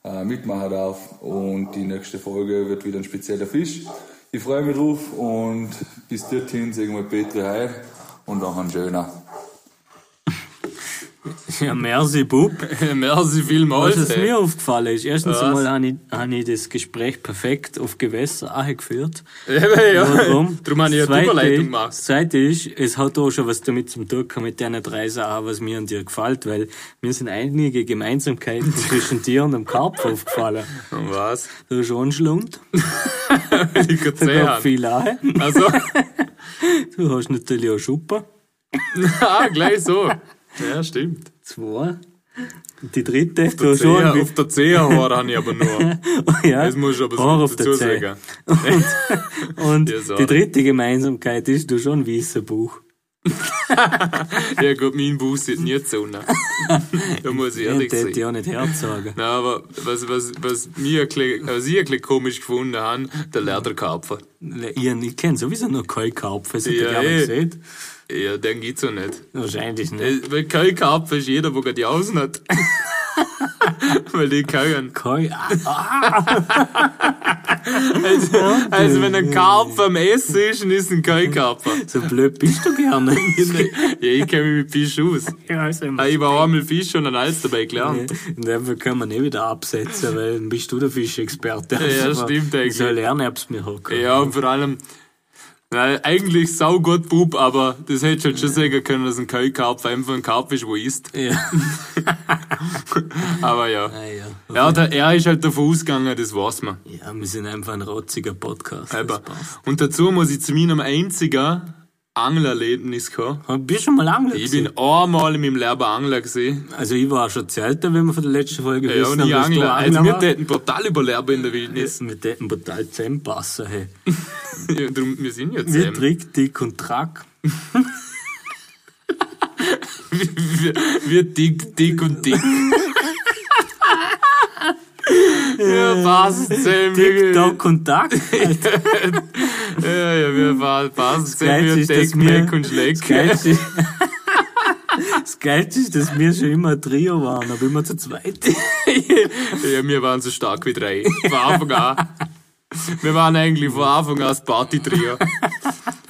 Speaker 5: äh, mitmachen darf. Und die nächste Folge wird wieder ein spezieller Fisch. Ich freue mich drauf und bis dorthin sagen wir Petri Heil und auch einen schöner.
Speaker 3: Ja, merci, Bub. Also,
Speaker 4: Merci
Speaker 3: Was
Speaker 4: vielmals.
Speaker 3: es
Speaker 4: ey.
Speaker 3: mir aufgefallen ist, erstens
Speaker 4: Was?
Speaker 3: einmal habe ich, habe ich das Gespräch perfekt auf Gewässer angeführt.
Speaker 4: Eben, ja.
Speaker 3: Warum?
Speaker 4: Darum habe ich eine Überleitung gemacht.
Speaker 3: Das Zweite ist, es hat auch schon was damit zum tun gehabt, mit deinen drei Sachen, was mir an dir gefällt, weil mir sind einige Gemeinsamkeiten zwischen dir und dem Karpfen aufgefallen.
Speaker 4: Und was?
Speaker 3: Du hast schon Schlund,
Speaker 4: Ich kann
Speaker 3: da gab
Speaker 4: sehen.
Speaker 3: viel an.
Speaker 4: Also,
Speaker 3: Du hast natürlich auch Schuppen,
Speaker 4: ah, gleich so. Ja, stimmt.
Speaker 3: zwei. Und Die dritte, du hast
Speaker 4: Zehe,
Speaker 3: schon
Speaker 4: auf der Zehenhaare habe ich aber nur.
Speaker 3: ja,
Speaker 4: Das muss ich aber
Speaker 3: Haar
Speaker 4: so
Speaker 3: auf der
Speaker 4: dazu
Speaker 3: Zehe.
Speaker 4: sagen.
Speaker 3: Und
Speaker 4: Ja, so.
Speaker 3: die dritte Gemeinsamkeit ist, du hast schon ein weißer Buch.
Speaker 4: Ja gut, mein Bus sieht nie zu. ne? Da muss ich
Speaker 3: Den
Speaker 4: ehrlich
Speaker 3: hätte
Speaker 4: sein.
Speaker 3: ich auch nicht herzogen.
Speaker 4: Nein, aber was, was, was, mir ein bisschen- was ich ein bisschen komisch gefunden habe, der Lederkarpfen.
Speaker 3: Ich, ich kenne sowieso noch keinen Karpfen, das
Speaker 4: Ja,
Speaker 3: ja,
Speaker 4: eh.
Speaker 3: ich gesehen.
Speaker 4: Ja, den gibt's ja nicht.
Speaker 3: Wahrscheinlich nicht.
Speaker 4: Äh, Weil kein Karpfen ist jeder, der gerade die Außen hat. Weil die können.
Speaker 3: Koi. Ah,
Speaker 4: Also wenn ein Karpfen am Essen ist, dann ist ein kein Karpfen.
Speaker 3: so blöd bist du gerne.
Speaker 4: Ja, ich kenne mich mit Fisch aus.
Speaker 3: ja, also
Speaker 4: Ah, Ich war einmal Fisch und ein Eis dabei gelernt.
Speaker 3: Dafür können wir nicht wieder absetzen, weil dann bist du der Fischexperte.
Speaker 4: Ja, stimmt
Speaker 3: eigentlich.
Speaker 4: eigentlich.
Speaker 3: Ich soll lernen, ob es mir hocken.
Speaker 4: Ja, und vor allem, na, eigentlich saugut Bub, aber das hätte ich halt schon sagen können, dass ein Keukarpf einfach ein Karpf ist, wo isst.
Speaker 3: Ja.
Speaker 4: Aber ja.
Speaker 3: Ah, ja.
Speaker 4: Ja, der, er ist halt davon ausgegangen, das weiß man.
Speaker 3: ja, wir sind einfach ein rotziger Podcast. das
Speaker 4: Aber.
Speaker 3: passt.
Speaker 4: Und dazu muss ich zu meinem einzigen Anglerlebnis kommen.
Speaker 3: Bist du schon mal angelegt?
Speaker 4: Ich bin einmal in meinem Leben Angler gesehen.
Speaker 3: Also ich war schon zu älter, wenn wir von der letzten Folge
Speaker 4: Ja, und
Speaker 3: haben,
Speaker 4: ich
Speaker 3: dass du
Speaker 4: Angler. Also wir
Speaker 3: Angler
Speaker 4: täten brutal überleben in der Wildnis.
Speaker 3: warst. wir täten brutal zusammenpassen. Hey.
Speaker 4: Ja, darum, wir sind jetzt
Speaker 3: Wir
Speaker 4: ähm,
Speaker 3: trick, dick und track.
Speaker 4: wir, wir dick, dick und dick. ja, passt, Sam.
Speaker 3: Dick,
Speaker 4: wir-
Speaker 3: Dock und Tack.
Speaker 4: Ja, ja, wir waren fast
Speaker 3: Geilste
Speaker 4: wir
Speaker 3: ist, dass
Speaker 4: Deck,
Speaker 3: wir-
Speaker 4: Mac und Schleck.
Speaker 3: Das Geilste ist, das Geilste ist, dass wir schon immer ein Trio waren, aber immer zu zweit.
Speaker 4: Ja, wir waren so stark wie drei. Von Anfang an. Wir waren eigentlich von Anfang an das Party-Trio.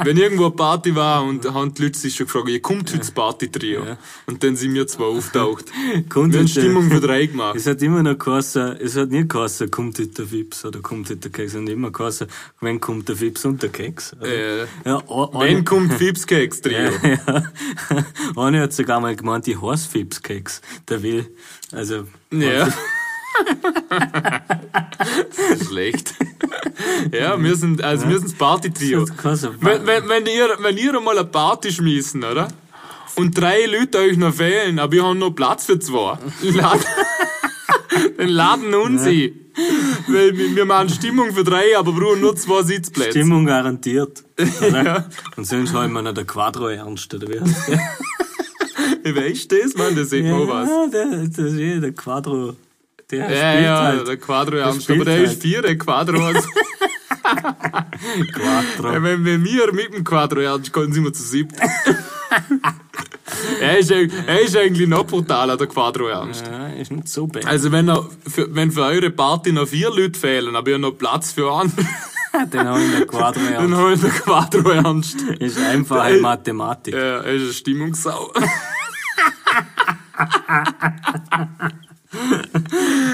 Speaker 4: Wenn irgendwo eine Party war und haben die Leute sich schon gefragt, ihr kommt heute das Party-Trio. Und dann sind wir zwei auftaucht.
Speaker 3: Kommt
Speaker 4: Wir haben
Speaker 3: heute-
Speaker 4: Stimmung für drei gemacht.
Speaker 3: Es hat immer noch geheißen, es hat nie geheißen, kommt heute der Fips oder kommt heute der Keks. Und immer geheißen, wenn kommt der Fips und der Keks.
Speaker 4: Äh,
Speaker 3: Ja, o-
Speaker 4: Wenn
Speaker 3: eine,
Speaker 4: kommt Fipskeks-Trio.
Speaker 3: ja. eine hat sogar mal gemeint, ich heiße Fips Keks. Der will, also,
Speaker 4: Ja. das ist schlecht. Ja, wir sind, also wir sind das Party-Trio.
Speaker 3: Das hat geheißen,
Speaker 4: Wenn, wenn, wenn, ihr, wenn ihr einmal eine Party schmissen, oder? Und drei Leute euch noch fehlen, aber ich habe noch Platz für zwei. Lad, dann laden uns ein. Weil wir wir machen Stimmung für drei, aber brauchen nur zwei Sitzplätze.
Speaker 3: Stimmung garantiert. Oder? Und sonst haben wir noch der Quadro ernst, oder wie heißt der?
Speaker 4: Weißt du das, Mann? Das sieht man was.
Speaker 3: Ja, der, das ist eh der Quadro. Der
Speaker 4: Ja,
Speaker 3: spielt
Speaker 4: ja,
Speaker 3: halt
Speaker 4: der Quadro ärmst.
Speaker 3: spielt
Speaker 4: Aber der
Speaker 3: halt.
Speaker 4: ist vier, der Quadro. hat's-
Speaker 3: Quadro.
Speaker 4: Ja, wenn, wenn wir mit dem Quadro ernst können, sind wir zu siebt. er, ist, eig- er ist eigentlich noch brutaler, der Quadro ernst.
Speaker 3: Ja, ist nicht so bad.
Speaker 4: Also wenn, er, für, wenn für eure Party noch vier Leute fehlen, aber ihr noch Platz für einen,
Speaker 3: Den habe ich in der Quadro
Speaker 4: dann
Speaker 3: ernst.
Speaker 4: holt der Quadro ernst.
Speaker 3: Ist einfache
Speaker 4: Äh,
Speaker 3: Mathematik.
Speaker 4: Ja, er ist eine Stimmungssau.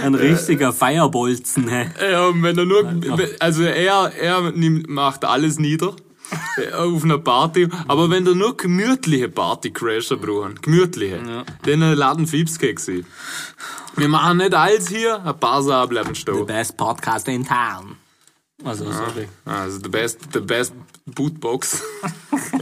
Speaker 3: Ein richtiger Feierbolzen. hä?
Speaker 4: Ja, und wenn er nur, also er, er nimmt, macht alles nieder. auf einer Party. Aber wenn da nur gemütliche Partycrasher brauchen, gemütliche, dann laden Fiebskeks ein. Wir machen nicht alles hier, ein paar Sachen bleiben stehen.
Speaker 3: Best Podcast in town. Also, sorry.
Speaker 4: Also, the best, the best Bootbox.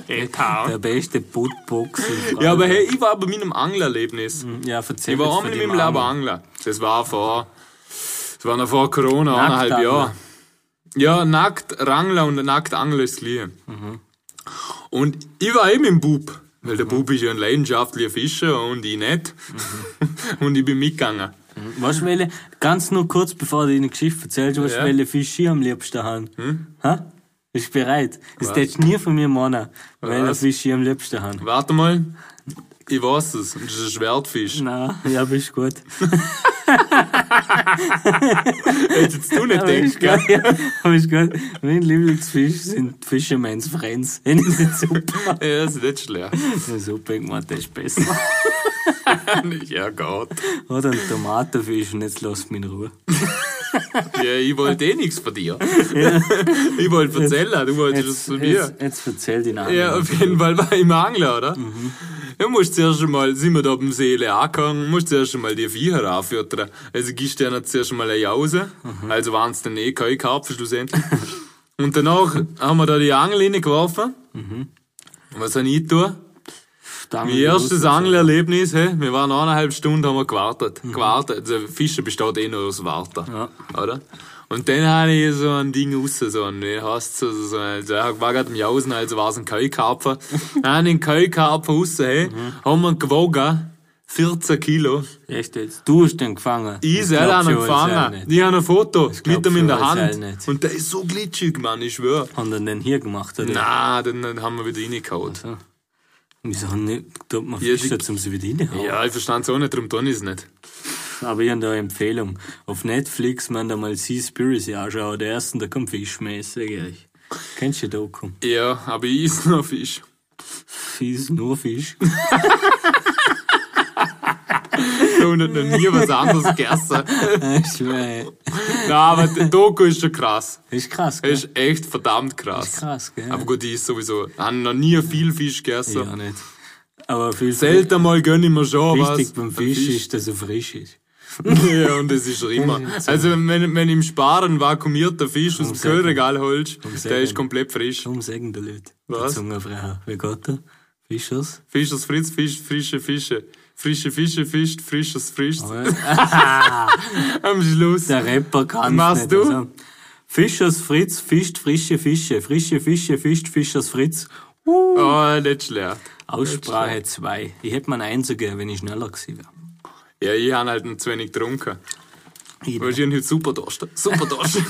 Speaker 3: Der beste Bootbox. in
Speaker 4: ja, Mhm. aber hey, ich war bei meinem Anglererlebnis.
Speaker 3: Frank- Ja, verzeih
Speaker 4: Ich war
Speaker 3: jetzt
Speaker 4: einmal
Speaker 3: von
Speaker 4: in
Speaker 3: dem
Speaker 4: meinem Leben
Speaker 3: anderen.
Speaker 4: Angler. Das war vor, das war noch vor Corona, eineinhalb
Speaker 3: Nacktangler.
Speaker 4: Jahre. Ja, nackt Rangler und nackt Angler ist gleich.
Speaker 3: Mhm.
Speaker 4: Und ich war eben im Bub, weil der Bub ist ja ein leidenschaftlicher Fischer und ich nicht.
Speaker 3: Mhm.
Speaker 4: und ich bin mitgegangen.
Speaker 3: Weißt du, welche, ganz nur kurz bevor du deine Geschichte erzählst, weißt du,
Speaker 4: Ja.
Speaker 3: welche Fische ich am liebsten haben? Hm? Ha? Bist du bereit? Das tätst du nie von mir meinen, welche
Speaker 4: Was?
Speaker 3: Fische ich am liebsten haben.
Speaker 4: Warte mal, ich weiß es, das ist ein Schwertfisch.
Speaker 3: Na, ja, bist gut.
Speaker 4: Hättest du nicht denkst, gell?
Speaker 3: Ja, bist gut. Mein Lieblingsfisch sind Fisherman's Friends. Das ist super.
Speaker 4: Ja, das ist nicht schlecht.
Speaker 3: Das ist super gemacht, das ist besser.
Speaker 4: ja, Gott.
Speaker 3: Oder ein Tomatenfisch und jetzt lass mich in Ruhe.
Speaker 4: Ja, ich wollte eh nichts von dir. Ich wollte erzählen, du wolltest es
Speaker 3: Jetzt,
Speaker 4: von mir.
Speaker 3: jetzt, jetzt erzähl die Namen.
Speaker 4: Ja, auf jeden Fall war ich im Angler, oder? Ja, musst zuerst mal, sind wir da auf dem Seele angegangen, musst zuerst mal die Viecher anfüttern. Also gibst du ihnen zuerst mal eine Jause, also waren es dann eh keine Karpfen schlussendlich. Und danach haben wir da die Angel reingeworfen. Und Was habe ich getan?
Speaker 3: Dann-
Speaker 4: Mein erstes Anglererlebnis, hey, wir waren eineinhalb Stunden, haben wir gewartet. Gewartet. Also Fischen besteht eh nur aus Warten.
Speaker 3: Mhm. Ja.
Speaker 4: Oder? Und dann habe ich so ein Ding raus, so ein, wie heißt so, so ein, der war gerade im Jausen, also war es ein Keulkarpfer. Dann habe ich einen Keulkarpfer raus, hey,
Speaker 3: Mhm.
Speaker 4: haben wir gewogen, 14 Kilo.
Speaker 3: Echt jetzt? Du hast den gefangen.
Speaker 4: Ich selber
Speaker 3: glaub
Speaker 4: habe ihn
Speaker 3: schon, ich selber
Speaker 4: gefangen.
Speaker 3: nicht.
Speaker 4: Ich habe ein Foto mit ihm
Speaker 3: glaub
Speaker 4: in
Speaker 3: schon,
Speaker 4: der
Speaker 3: ich
Speaker 4: Hand.
Speaker 3: selber nicht.
Speaker 4: Und der ist so glitschig, Mann, ich schwöre.
Speaker 3: Haben den denn hier gemacht, oder?
Speaker 4: Na, den, den haben wir wieder reingehauen.
Speaker 3: Wieso haben nicht, tut man um
Speaker 4: Ja,
Speaker 3: Fische
Speaker 4: die-
Speaker 3: zum Souvenir haben?
Speaker 4: Ja, ich verstand es auch nicht, darum tun ich es nicht.
Speaker 3: Aber ich habe da eine Empfehlung. Auf Netflix, man da mal Sea Spiracy anschauen, der ersten, da kommt Fischmäßig, ehrlich. Kennst du die Doku?
Speaker 4: Ja, aber ich esse noch Fisch.
Speaker 3: Fies, nur Fisch.
Speaker 4: und hat noch nie was anderes gegessen.
Speaker 3: Ich schwör,
Speaker 4: Nein, aber die Doku ist schon krass.
Speaker 3: ist krass, gell?
Speaker 4: Ist echt verdammt krass.
Speaker 3: Ist krass, gell?
Speaker 4: Aber gut, ich ist sowieso. Haben noch nie viel Fisch gegessen.
Speaker 3: Ja, nicht. Aber viel
Speaker 4: Selten mal gönn ich mir schon was.
Speaker 3: wichtig beim Fisch, ist, dass er frisch ist.
Speaker 4: ja, und das ist er immer. Also, wenn, wenn im Sparen vakuumierter Fisch aus dem
Speaker 3: sehr
Speaker 4: Kühlregal holst, der
Speaker 3: sehr
Speaker 4: ist komplett frisch.
Speaker 3: Darum sagen die Leute.
Speaker 4: Was?
Speaker 3: Die Zungenfrau. Wie geht der? Fischers?
Speaker 4: Fisch aus Fritz, Fisch, frische Fische. Frische Fische, Fisch, frisch aus Frisch.
Speaker 3: Oh,
Speaker 4: Am Schluss.
Speaker 3: Der Rapper kann
Speaker 4: Machst
Speaker 3: nicht.
Speaker 4: du?
Speaker 3: Also. Fischers Fritz fischt frische Fische. Frische Fische fischt Fischers Fritz.
Speaker 4: Oh, nicht schlecht.
Speaker 3: Aussprache 2. Ich hätte mir einen einzigen, wenn ich schneller gewesen wäre.
Speaker 4: Ja, ich habe halt noch zu wenig getrunken.
Speaker 3: Ich-
Speaker 4: Weil ich habe heute super Durst. Super Durst.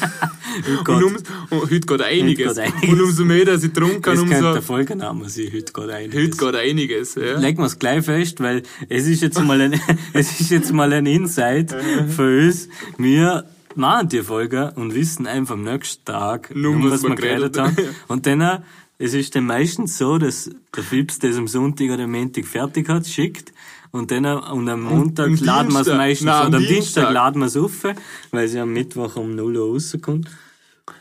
Speaker 3: Gott.
Speaker 4: und, um, und heute geht einiges.
Speaker 3: Heute geht einiges.
Speaker 4: Und umso mehr, dass ich getrunken
Speaker 3: Das
Speaker 4: habe,
Speaker 3: könnte der
Speaker 4: umso...
Speaker 3: Folgename sein. Heute geht ein.
Speaker 4: um Heute geht einiges. Ja.
Speaker 3: Legen wir es gleich fest, weil es ist jetzt mal ein, es ist jetzt mal ein Insight für uns. Wir machen die Folge und wissen einfach am nächsten Tag,
Speaker 4: Nur,
Speaker 3: nur,
Speaker 4: was wir geredet haben.
Speaker 3: Und dann, es ist dann meistens so, dass der Fips das am Sonntag oder am Montag fertig hat, schickt. Und dann, und am Montag
Speaker 4: am
Speaker 3: laden wir es
Speaker 4: Dienstag.
Speaker 3: meistens,
Speaker 4: Nein, am
Speaker 3: und am Dienstag,
Speaker 4: Dienstag.
Speaker 3: laden wir es auf, weil sie am Mittwoch um 0 Uhr rauskommt.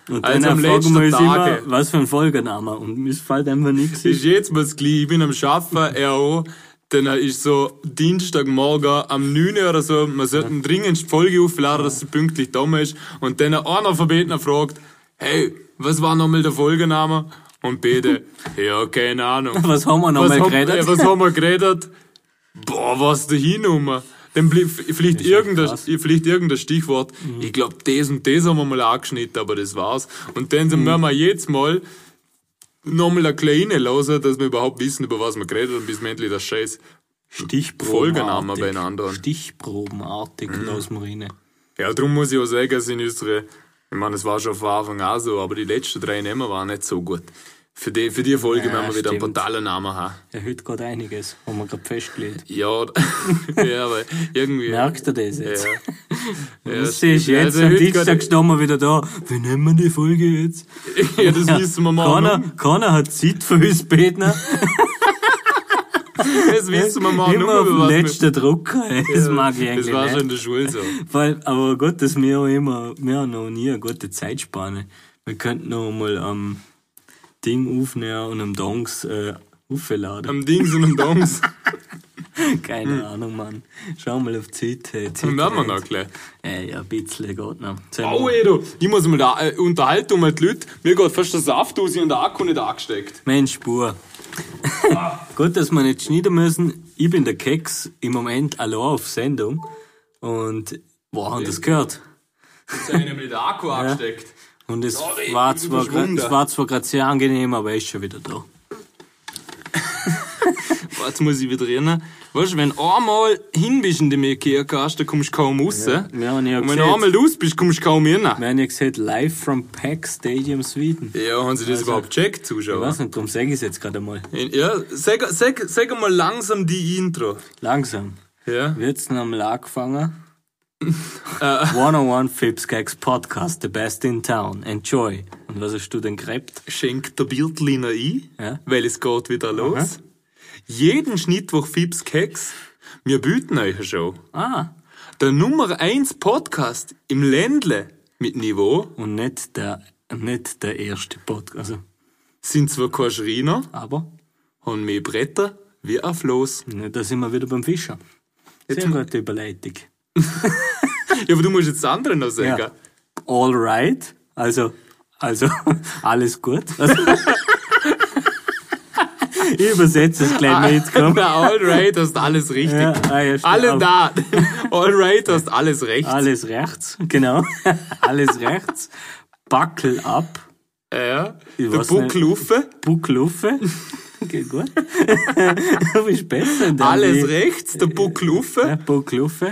Speaker 3: Und
Speaker 4: Also
Speaker 3: dann
Speaker 4: am
Speaker 3: fragen wir uns
Speaker 4: letzten
Speaker 3: immer,
Speaker 4: Tage.
Speaker 3: was für ein Folgename. Und es fällt einfach nichts ein.
Speaker 4: Ist jetzt mal das Gleiche. Ich bin am Schaffen, er auch. Dann ist so Dienstagmorgen am 9 Uhr oder so, wir sollten dringend die Folge aufladen, dass sie pünktlich da ist. Und dann ein Analphabeter fragt, hey, was war nochmal der Folgename? Und beide, ja, keine Ahnung.
Speaker 3: Was haben wir nochmal
Speaker 4: was haben-
Speaker 3: geredet?
Speaker 4: äh, was haben wir geredet? Boah, was da hinnummer? Dann blieb vielleicht irgendein, vielleicht irgendein Stichwort.
Speaker 3: Mhm.
Speaker 4: Ich glaube, das und das haben wir mal angeschnitten, aber das war's. Und dann
Speaker 3: Mhm.
Speaker 4: sind wir jetzt mal nochmal eine kleine losen, dass wir überhaupt wissen, über was wir geredet haben, bis wir endlich das Scheiß. Folgename beieinander.
Speaker 3: Stichprobenartig
Speaker 4: Mhm.
Speaker 3: aus Marine.
Speaker 4: Ja, darum muss ich auch sagen, es sind unsere, ich meine, es war schon von Anfang an so, aber die letzten drei Namen waren nicht so gut. Für die, für die Folge
Speaker 3: Ja,
Speaker 4: werden wir wieder einen
Speaker 3: stimmt.
Speaker 4: brutalen Namen haben.
Speaker 3: Ja, heute geht einiges, haben wir gerade festgelegt.
Speaker 4: Ja, ja, aber irgendwie.
Speaker 3: Merkt ihr das jetzt?
Speaker 4: Ja.
Speaker 3: Ja, das ist
Speaker 4: stimmt.
Speaker 3: jetzt
Speaker 4: Also
Speaker 3: am
Speaker 4: heute
Speaker 3: Dienstag
Speaker 4: geht-
Speaker 3: stehen wir wieder da. Wie nennen wir die Folge jetzt?
Speaker 4: Ja, das wissen wir morgen.
Speaker 3: Keiner, keiner hat Zeit für uns Betner.
Speaker 4: Das wissen wir morgen.
Speaker 3: immer
Speaker 4: nur,
Speaker 3: auf
Speaker 4: über
Speaker 3: den
Speaker 4: was wir-
Speaker 3: letzten Drucker. ey. Das mag ich
Speaker 4: Das
Speaker 3: eigentlich
Speaker 4: war
Speaker 3: nicht.
Speaker 4: schon in der Schule so.
Speaker 3: Weil, aber gut, dass wir auch immer, wir haben noch nie eine gute Zeitspanne. Wir könnten noch mal am Ding aufnehmen und am Dongs äh, aufladen.
Speaker 4: Am Dings und am Dongs.
Speaker 3: Keine Ahnung, Mann. Schau mal auf die Zeit.
Speaker 4: Und werden Hm. wir noch gleich.
Speaker 3: Äh, ja, ein bisschen geht noch. Sollen wir-
Speaker 4: Au, ey, du. Ich muss mal da äh, unterhalten um die Leute. Mir geht fast der Saft aus und der Akku nicht angesteckt.
Speaker 3: Mensch, Spur. Gut, dass wir nicht schneiden müssen. Ich bin der Keks, im Moment allein auf Sendung. Und, boah, haben das gehört.
Speaker 4: Jetzt habe ich nämlich den Akku angesteckt.
Speaker 3: Und es
Speaker 4: Sorry,
Speaker 3: war
Speaker 4: ich bin
Speaker 3: zwar, gra-
Speaker 4: verschwunden.
Speaker 3: es war zwar gerade sehr angenehm, aber er ist schon wieder da.
Speaker 4: Boah, Jetzt muss ich wieder rennen. Weißt du, wenn du einmal hin bist in dem Ikea-Kasten, dann kommst du kaum raus.
Speaker 3: Ja, und ich hab
Speaker 4: wenn du
Speaker 3: gesehen.
Speaker 4: einmal raus bist, kommst du kaum hin.
Speaker 3: Wir haben ja gesagt, live from Pack Stadium Sweden.
Speaker 4: Ja, haben sie das
Speaker 3: Also.
Speaker 4: überhaupt gecheckt,
Speaker 3: Ich
Speaker 4: Zuschauer?
Speaker 3: weiß nicht, darum sage ich es jetzt gerade mal.
Speaker 4: Ja, sag, sag, sag mal langsam die Intro.
Speaker 3: Langsam.
Speaker 4: Ja.
Speaker 3: Wird's noch mal angefangen?
Speaker 4: Äh.
Speaker 3: 101 Fips Gags Podcast, the best in town. Enjoy. Und was hast du denn gerebt?
Speaker 4: schenkt der Biertliner ein,
Speaker 3: Ja.
Speaker 4: weil es geht wieder los. Jeden Schnittwoch Fips Keks. Wir bieten euch eine Show.
Speaker 3: Ah,
Speaker 4: Der Nummer 1 Podcast im Ländle mit Niveau
Speaker 3: und nicht der, nicht der erste Podcast. Also,
Speaker 4: sind zwar keine Schreiner,
Speaker 3: aber,
Speaker 4: haben mehr Bretter wie ein Floß.
Speaker 3: ne, da sind wir wieder beim Fischer. Sehr gute Überleitung.
Speaker 4: Ja, aber du musst jetzt das andere noch sagen.
Speaker 3: Ja. All right. Also, also, alles gut. Also, ich übersetze es
Speaker 4: Ah.
Speaker 3: gleich mal jetzt, komm.
Speaker 4: Na, alright, hast alles richtig.
Speaker 3: Ja, ah, ja, Ah. stimmt.
Speaker 4: Alle
Speaker 3: Auch
Speaker 4: da. Alright, hast alles recht.
Speaker 3: Alles rechts, genau. Alles rechts. Buckel ab.
Speaker 4: Ja.
Speaker 3: Ich
Speaker 4: Der
Speaker 3: weiß
Speaker 4: Buckel rauf,
Speaker 3: Buckel auf. Geht gut. du bist besser. denn
Speaker 4: alles
Speaker 3: ich.
Speaker 4: rechts, der Buckel rauf.
Speaker 3: Ja, Buckel auf.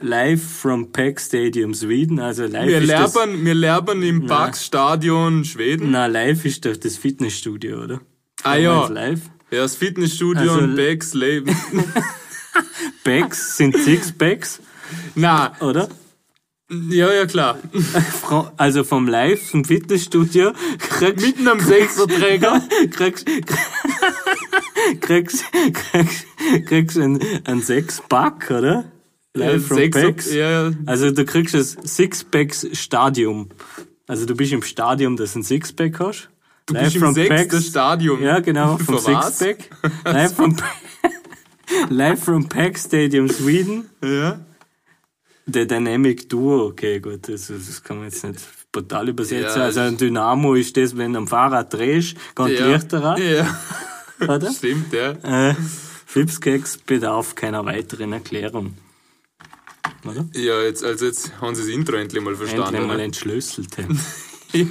Speaker 3: Live from Pack Stadium Sweden. Also live
Speaker 4: Wir
Speaker 3: ist das-
Speaker 4: lernen, wir lernen im Parkstadion Schweden.
Speaker 3: Na, live ist doch das Fitnessstudio, oder?
Speaker 4: Ah
Speaker 3: Kann man es
Speaker 4: ja,
Speaker 3: Live.
Speaker 4: ja das Fitnessstudio
Speaker 3: Also-
Speaker 4: und Becks Leben.
Speaker 3: Bags sind Sixpacks,
Speaker 4: Na,
Speaker 3: oder?
Speaker 4: ja, ja klar.
Speaker 3: Fra- Also vom Live, vom Fitnessstudio, kriegst
Speaker 4: Mitten am Sechserträger.
Speaker 3: kriegst, kriegst, kriegst, kriegst ein, ein Sechspack, oder? Live from
Speaker 4: Sechser-
Speaker 3: Packs.
Speaker 4: Äh, Ja,
Speaker 3: Also du kriegst das Sixpacks Stadium. Also du bist im Stadium, dass du ein Sixpack hast. Du
Speaker 4: bist im sechsten Stadium.
Speaker 3: Ja, genau, vom
Speaker 4: Für was?
Speaker 3: Sixpack. Live from, Live from Pack Stadium Sweden.
Speaker 4: ja.
Speaker 3: Der Dynamic Duo, okay, gut, das, das kann man jetzt nicht brutal übersetzen.
Speaker 4: Ja,
Speaker 3: also
Speaker 4: das-
Speaker 3: ein Dynamo ist das, wenn du am Fahrrad drehst, geht
Speaker 4: Ja.
Speaker 3: leichter ran,
Speaker 4: ja,
Speaker 3: oder?
Speaker 4: stimmt, ja.
Speaker 3: Äh, Flipskeks bedarf keiner weiteren Erklärung. Oder?
Speaker 4: Ja, jetzt, also jetzt haben sie das Intro endlich mal
Speaker 3: Endlich mal
Speaker 4: verstanden.
Speaker 3: entschlüsselte.
Speaker 4: ja.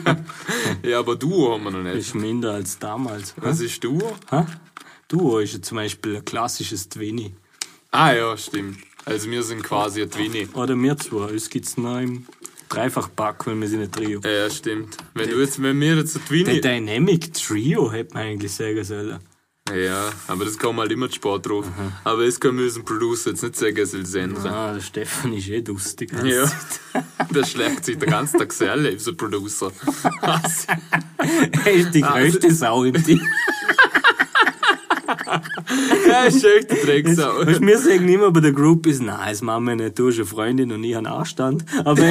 Speaker 4: ja, aber Duo haben wir noch nicht.
Speaker 3: ist minder als damals.
Speaker 4: Was ist Duo?
Speaker 3: Ha? Duo ist ja zum Beispiel ein klassisches Twinny.
Speaker 4: Ah ja, stimmt. Also wir sind quasi ein Twinny.
Speaker 3: Oder mir zwei, es gibt's noch im Dreifachpack, weil wir sind ein Trio.
Speaker 4: Ja, ja, stimmt. Wenn du jetzt, wenn wir jetzt ein
Speaker 3: Der
Speaker 4: Twinny...
Speaker 3: Dynamic Trio hätte man eigentlich sagen sollen.
Speaker 4: Ja, aber das kann man halt immer zu spät drauf. Aber das können wir unseren Producer jetzt nicht sagen, er soll es ändern.
Speaker 3: Ah, der Stefan ist eh lustig.
Speaker 4: Ja. Der schlägt sich den ganzen Tag selber, unser Producer. Was?
Speaker 3: Er ist die größte Sau im Team.
Speaker 4: Ja, ist echt der Drecksau.
Speaker 3: Weißt, wir sagen immer bei der Group ist, nein, das machen wir nicht, du hast eine Freundin und ich habe einen Anstand. Aber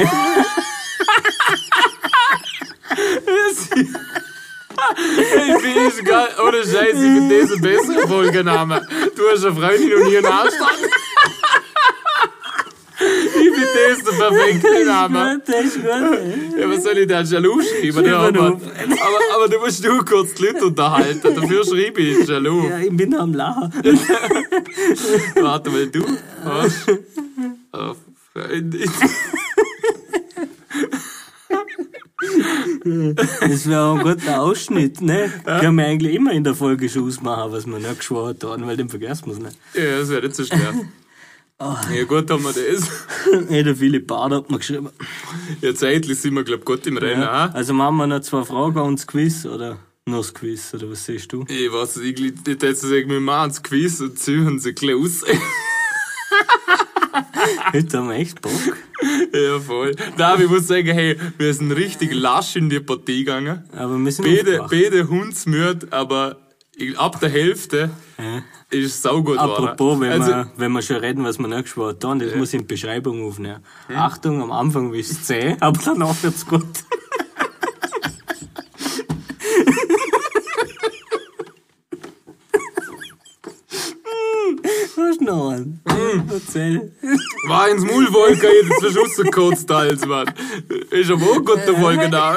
Speaker 4: Ich finde es geil. Ohne Scheiß, ich finde das ein besserer Folgename. Du hast eine Freundin und ihren Anstand. Ich finde das der perfekte Name.
Speaker 3: gut, das ist gut.
Speaker 4: Ja, was soll ich da schon aufschreiben?
Speaker 3: Schreib
Speaker 4: Ja,
Speaker 3: ihn
Speaker 4: aber,
Speaker 3: auf.
Speaker 4: aber, aber du musst nur kurz die Leute unterhalten. Dafür schreibe ich Jalou.
Speaker 3: Ja, ich bin am Lachen.
Speaker 4: Warte mal, du hast eine Freundin.
Speaker 3: Das wäre auch ein guter Ausschnitt, ne? Können wir eigentlich immer in der Folge schon ausmachen, was wir nicht geschworen haben, weil dann vergessen wir es nicht.
Speaker 4: Ja, das wäre nicht so schwer.
Speaker 3: Oh.
Speaker 4: Ja gut, haben wir das.
Speaker 3: Hey, der Philipp Bard hat mir geschrieben.
Speaker 4: Ja, zeitlich sind wir, glaub Gott im Rennen.
Speaker 3: Ja.
Speaker 4: Ja.
Speaker 3: Also machen wir noch zwei Fragen und das Quiz, oder? Noch das Quiz, oder was siehst du?
Speaker 4: Ich weiß nicht, ich hätte jetzt gesagt, wir machen das Quiz und ziehen sie gleich aus.
Speaker 3: Heute haben wir echt Bock.
Speaker 4: ja, voll. Nein, ich muss sagen, hey, wir sind richtig lasch in die Partie gegangen.
Speaker 3: Aber wir sind
Speaker 4: Beide,
Speaker 3: aufgewacht.
Speaker 4: beide hundsmüd, aber ich- ab der Hälfte ist es saugut
Speaker 3: Apropos,
Speaker 4: geworden.
Speaker 3: wenn,
Speaker 4: also,
Speaker 3: wir, wenn wir schon reden, was wir nicht geschworen haben, das muss ich in die Beschreibung aufnehmen.
Speaker 4: Hm?
Speaker 3: Achtung, am Anfang ist es zäh, aber danach wird's gut. noch einen.
Speaker 4: Hm.
Speaker 3: Erzähl.
Speaker 4: War ins Maul Wolke, jetzt zum Schluss kurz teils, Mann. Ist aber auch gut der Wolke da.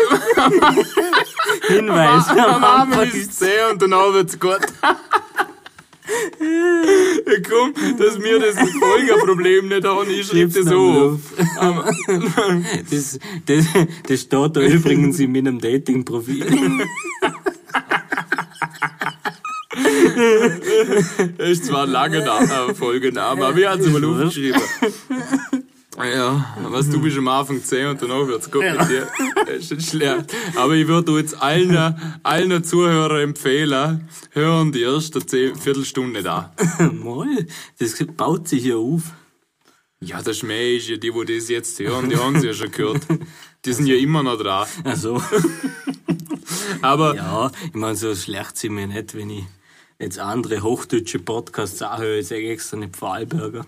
Speaker 3: Hinweis.
Speaker 4: Am Abend ist es zäh und danach wird's gut. Ja, Komm, dass wir das Folgerproblem nicht haben, ich schreibe das auf.
Speaker 3: Das, das, das steht da übrigens in meinem Dating-Profil.
Speaker 4: Ist zwar ein langer Na- äh, Folgename, aber ich hab's mal aufgeschrieben. Ja, was du bist am Anfang 10 und danach wird's gut mit dir. Das ist nicht schlecht. Aber ich würde jetzt allen, allen Zuhörern empfehlen, hören die erste 10, Viertelstunde da.
Speaker 3: Mal, das baut sich ja auf.
Speaker 4: Ja, das Schmäh ist ja die, die das jetzt hören, die haben sie ja schon gehört. Die sind ja immer noch dran.
Speaker 3: Also,
Speaker 4: Aber
Speaker 3: ja, ich meine, so schlecht sind wir nicht, wenn ich jetzt andere hochdeutsche Podcasts anhöre. Ich sage extra nicht Vorarlberger.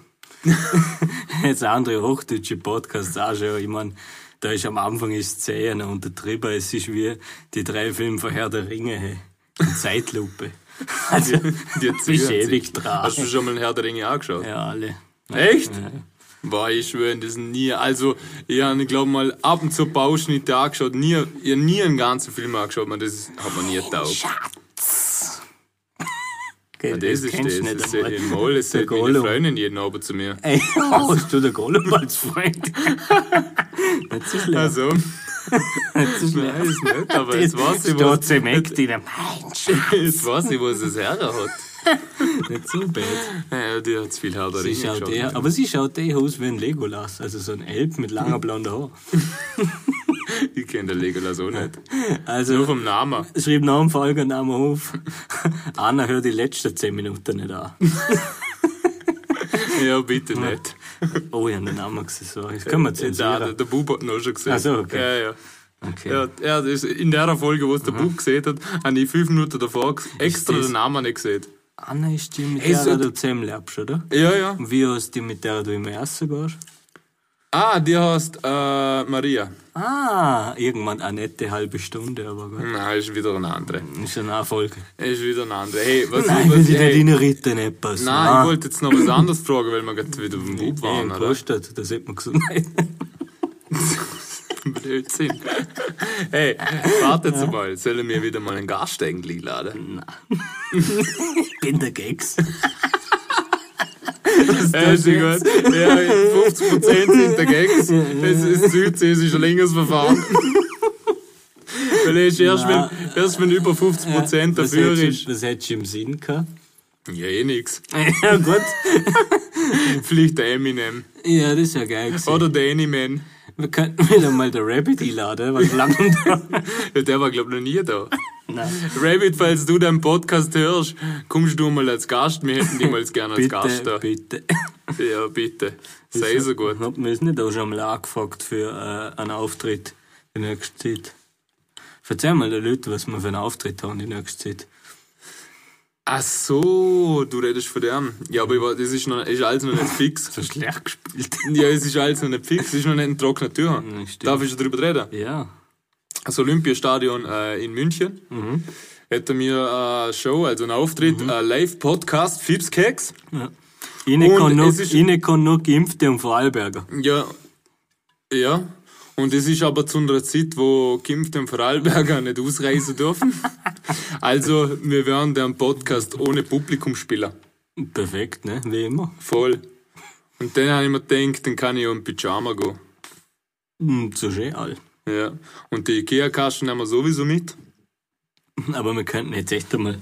Speaker 3: jetzt andere hochdeutsche Podcasts anhöre. Ich meine, da ist am Anfang ist zäh noch untertrieben. Es ist wie die drei Filme von Herr der Ringe. Hey. In Zeitlupe. Also,
Speaker 4: die ziehen
Speaker 3: beschädigt
Speaker 4: sich.
Speaker 3: dran.
Speaker 4: Hast du schon mal einen Herr der Ringe angeschaut?
Speaker 3: Ja, alle.
Speaker 4: Echt? Boah, ich schwöre, das nie. Also, ich habe, glaube mal, ab und zu Bauschnitte angeschaut. Nie, ich habe nie einen ganzen Film angeschaut, man, das ist- hat man nie getaugt.
Speaker 3: Okay,
Speaker 4: Das ist das. Das ist im Mall, das
Speaker 3: Der
Speaker 4: sagt meine
Speaker 3: Gollum.
Speaker 4: Freundin jeden Abend zu mir.
Speaker 3: Ey, hast du den Gollum als Freund? Nicht so schlecht.
Speaker 4: Also,
Speaker 3: nicht so schlecht.
Speaker 4: weiß nicht, aber
Speaker 3: Das
Speaker 4: jetzt weiß ich,
Speaker 3: steht
Speaker 4: was,
Speaker 3: Zement in einem Mensch.
Speaker 4: jetzt weiß ich, was es her hat.
Speaker 3: Nicht so bad.
Speaker 4: Ja, die hat viel Herr der
Speaker 3: Sie
Speaker 4: Ringe
Speaker 3: schaut
Speaker 4: geschaut.
Speaker 3: eher, aber sie schaut eh aus wie ein Legolas, also so ein Elb mit
Speaker 4: Hm.
Speaker 3: langer blonder Haar.
Speaker 4: Ich kenne den Legolas auch nicht. Nur
Speaker 3: Also,
Speaker 4: vom Namen.
Speaker 3: schrieb nach dem Folgennamen auf. Anna hört die letzten 10 Minuten nicht an.
Speaker 4: Ja, bitte nicht.
Speaker 3: Oh, ich habe den Namen gesehen, sorry. Das können wir
Speaker 4: Da, der,
Speaker 3: zensieren.
Speaker 4: der Bub hat ihn auch schon gesehen.
Speaker 3: Ach so, okay.
Speaker 4: Ja, ja.
Speaker 3: Okay.
Speaker 4: Ja, ja, das ist in der Folge, wo es der Bub gesehen hat, habe ich fünf Minuten davor g- extra
Speaker 3: das-
Speaker 4: den Namen nicht gesehen.
Speaker 3: Anna ist die, mit
Speaker 4: Ey,
Speaker 3: der
Speaker 4: so-
Speaker 3: du zusammen lebst, oder?
Speaker 4: Ja, ja.
Speaker 3: Und wie heißt die, mit der du im Ersten gehst?
Speaker 4: Ah, die heißt äh, Maria.
Speaker 3: Ah, irgendwann eine nette halbe Stunde, aber gut.
Speaker 4: Nein, ist wieder eine andere.
Speaker 3: Ist eine Nachfolge.
Speaker 4: Ist wieder eine andere. Hey, was
Speaker 3: Nein,
Speaker 4: was,
Speaker 3: will ich
Speaker 4: hey,
Speaker 3: nicht reinreiten, nicht passen.
Speaker 4: Nein, ich wollte jetzt noch was anderes fragen, weil wir gerade wieder beim Bub
Speaker 3: Nein,
Speaker 4: waren,
Speaker 3: in
Speaker 4: oder?
Speaker 3: Großstadt, das hat man gesagt.
Speaker 4: Blödsinn. Hey, wartet mal, sollen wir wieder mal einen Gast eigentlich laden?
Speaker 3: Ich bin der Gags.
Speaker 4: Äh, ist ja gut. Ja, 50% sind dagegen. Das ist südsächsischer Linksverfahren. Weil er ist erst, wenn, erst wenn über 50%
Speaker 3: Was
Speaker 4: dafür
Speaker 3: hättest
Speaker 4: ist.
Speaker 3: du- was hättest du im Sinn gehabt?
Speaker 4: Ja, eh nix.
Speaker 3: Ja, gut.
Speaker 4: Vielleicht der Eminem.
Speaker 3: Ja, das ist ja geil gewesen.
Speaker 4: Oder der Anyman.
Speaker 3: Wir könnten wieder mal der Rabbit einladen, weil lange da.
Speaker 4: Ja, der war, glaub ich, noch nie da.
Speaker 3: Nein,
Speaker 4: Rabbit, falls du deinen Podcast hörst, kommst du mal als Gast. Wir hätten dich mal gerne als Gast
Speaker 3: bitte,
Speaker 4: da.
Speaker 3: bitte.
Speaker 4: Ja, bitte. Sei so gut.
Speaker 3: Hat mir das nicht auch schon mal angefragt für äh, einen Auftritt in nächster Zeit? Verzeih mal den Leuten, was wir für einen Auftritt haben in nächster Zeit.
Speaker 4: Ach so, du redest von dem. Ja, aber ich war- das ist, noch, ist alles noch nicht fix.
Speaker 3: So schlecht gespielt.
Speaker 4: Ja, es ist alles noch nicht fix, es ist noch nicht in trockener Tür.
Speaker 3: stimmt.
Speaker 4: Darf ich schon drüber reden?
Speaker 3: Ja.
Speaker 4: Das Olympiastadion äh, in München
Speaker 3: Mhm.
Speaker 4: hätte mir äh, eine Show, also einen Auftritt, ein Live-Podcast, Fipskeks.
Speaker 3: Inekan
Speaker 4: Und
Speaker 3: noch,
Speaker 4: es ist-
Speaker 3: Inekan noch Geimpfte und Vorarlberger.
Speaker 4: Ja, ja. Und es ist aber zu einer Zeit, wo Kimpft und Vorarlberger nicht ausreisen dürfen. Also, wir werden den Podcast ohne Publikum spielen.
Speaker 3: Perfekt, ne? Wie immer.
Speaker 4: Voll. Und dann habe ich mir gedacht, dann kann ich auch in Pyjama gehen.
Speaker 3: Hm, so schön all.
Speaker 4: Ja. Und die Ikea-Kasten nehmen wir sowieso mit.
Speaker 3: Aber wir könnten jetzt echt einmal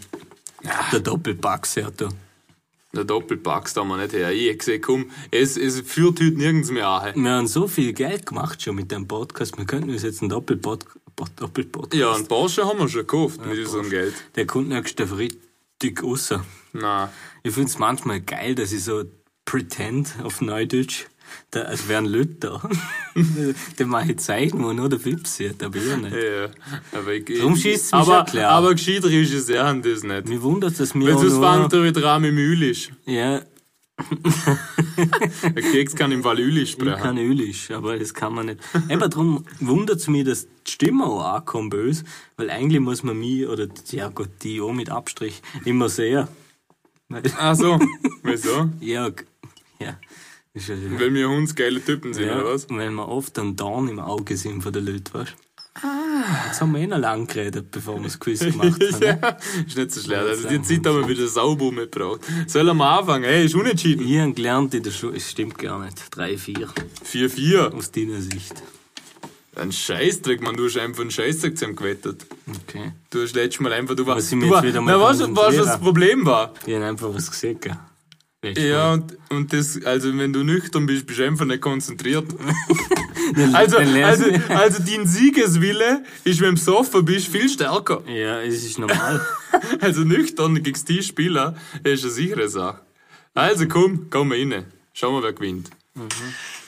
Speaker 3: der Doppelpack da.
Speaker 4: Der Doppelpack da mal nicht her. Ich hab gesehen, komm, es, es führt heute nirgends mehr an.
Speaker 3: Wir haben so viel Geld gemacht schon mit dem Podcast. Wir könnten uns jetzt einen Doppelpod- Pod- Doppelpodcast.
Speaker 4: Ja, einen Porsche haben wir schon gekauft mit unserem Geld.
Speaker 3: Der kommt nächsten Freitag raus.
Speaker 4: Nein.
Speaker 3: Ich find's manchmal geil, dass ich so pretend auf Neudeutsch, da, als wären Leute da. Den mache ich Zeichen, wo nur der Fips sieht, aber ihr nicht.
Speaker 4: Ja, aber ich,
Speaker 3: Drum
Speaker 4: ich-
Speaker 3: schießt's mich
Speaker 4: aber,
Speaker 3: schon klar.
Speaker 4: aber gescheiter ist es ja an das nicht.
Speaker 3: Mir wundert, dass mir
Speaker 4: Weil sonst
Speaker 3: auch
Speaker 4: fängt er wieder an mit dem Jülisch.
Speaker 3: nur, ja,
Speaker 4: Der Keks kann im Fall Jülisch
Speaker 3: Ich
Speaker 4: sprechen.
Speaker 3: kann Ölisch, aber das kann man nicht. Eben darum wundert es mich, dass die Stimme auch ankommt böse, weil eigentlich muss man mich oder, die- ja gut, die auch mit Abstrich immer sehr.
Speaker 1: Nein.
Speaker 4: Ach so. Wieso?
Speaker 1: Jörg. Ja. Ist ja wieder-
Speaker 4: Weil wir Hunds geile Typen sind,
Speaker 1: ja,
Speaker 4: oder was?
Speaker 1: Weil wir oft einen Dorn im Auge sind von den Leuten, weißt du? Jetzt haben wir eh noch lang geredet, bevor wir das Quiz gemacht haben. ne?
Speaker 4: Ja, ist nicht so schlecht. Also die Zeit haben wir wieder sauber mitgebracht. Sollen wir anfangen? Hey, ist unentschieden.
Speaker 1: Ich habe gelernt in der Schule, es stimmt gar nicht, 3-4
Speaker 4: 4-4.
Speaker 1: aus deiner Sicht.
Speaker 4: Ein Scheißdreck, man. Du hast einfach einen Scheißdreck zusammen gewettet.
Speaker 1: Okay.
Speaker 4: Du hast letztes Mal einfach... Du war,
Speaker 1: Muss ich mich
Speaker 4: du war,
Speaker 1: jetzt wieder mal
Speaker 4: na, weißt du, was
Speaker 1: konzentrieren?
Speaker 4: das Problem war?
Speaker 1: Ich habe einfach was gesehen. gell? Letztes
Speaker 4: Ja,
Speaker 1: Mal.
Speaker 4: und, und das... Also wenn du nüchtern bist, bist du einfach nicht konzentriert.
Speaker 1: Dann-
Speaker 4: Also,
Speaker 1: dann lernst
Speaker 4: also,
Speaker 1: du-
Speaker 4: also dein Siegeswille ist, wenn du besoffen bist, viel stärker.
Speaker 1: Ja, es ist normal.
Speaker 4: Also nüchtern gegen die Spieler ist eine sichere Sache. Also komm, komm mal rein. Schauen wir, wer gewinnt.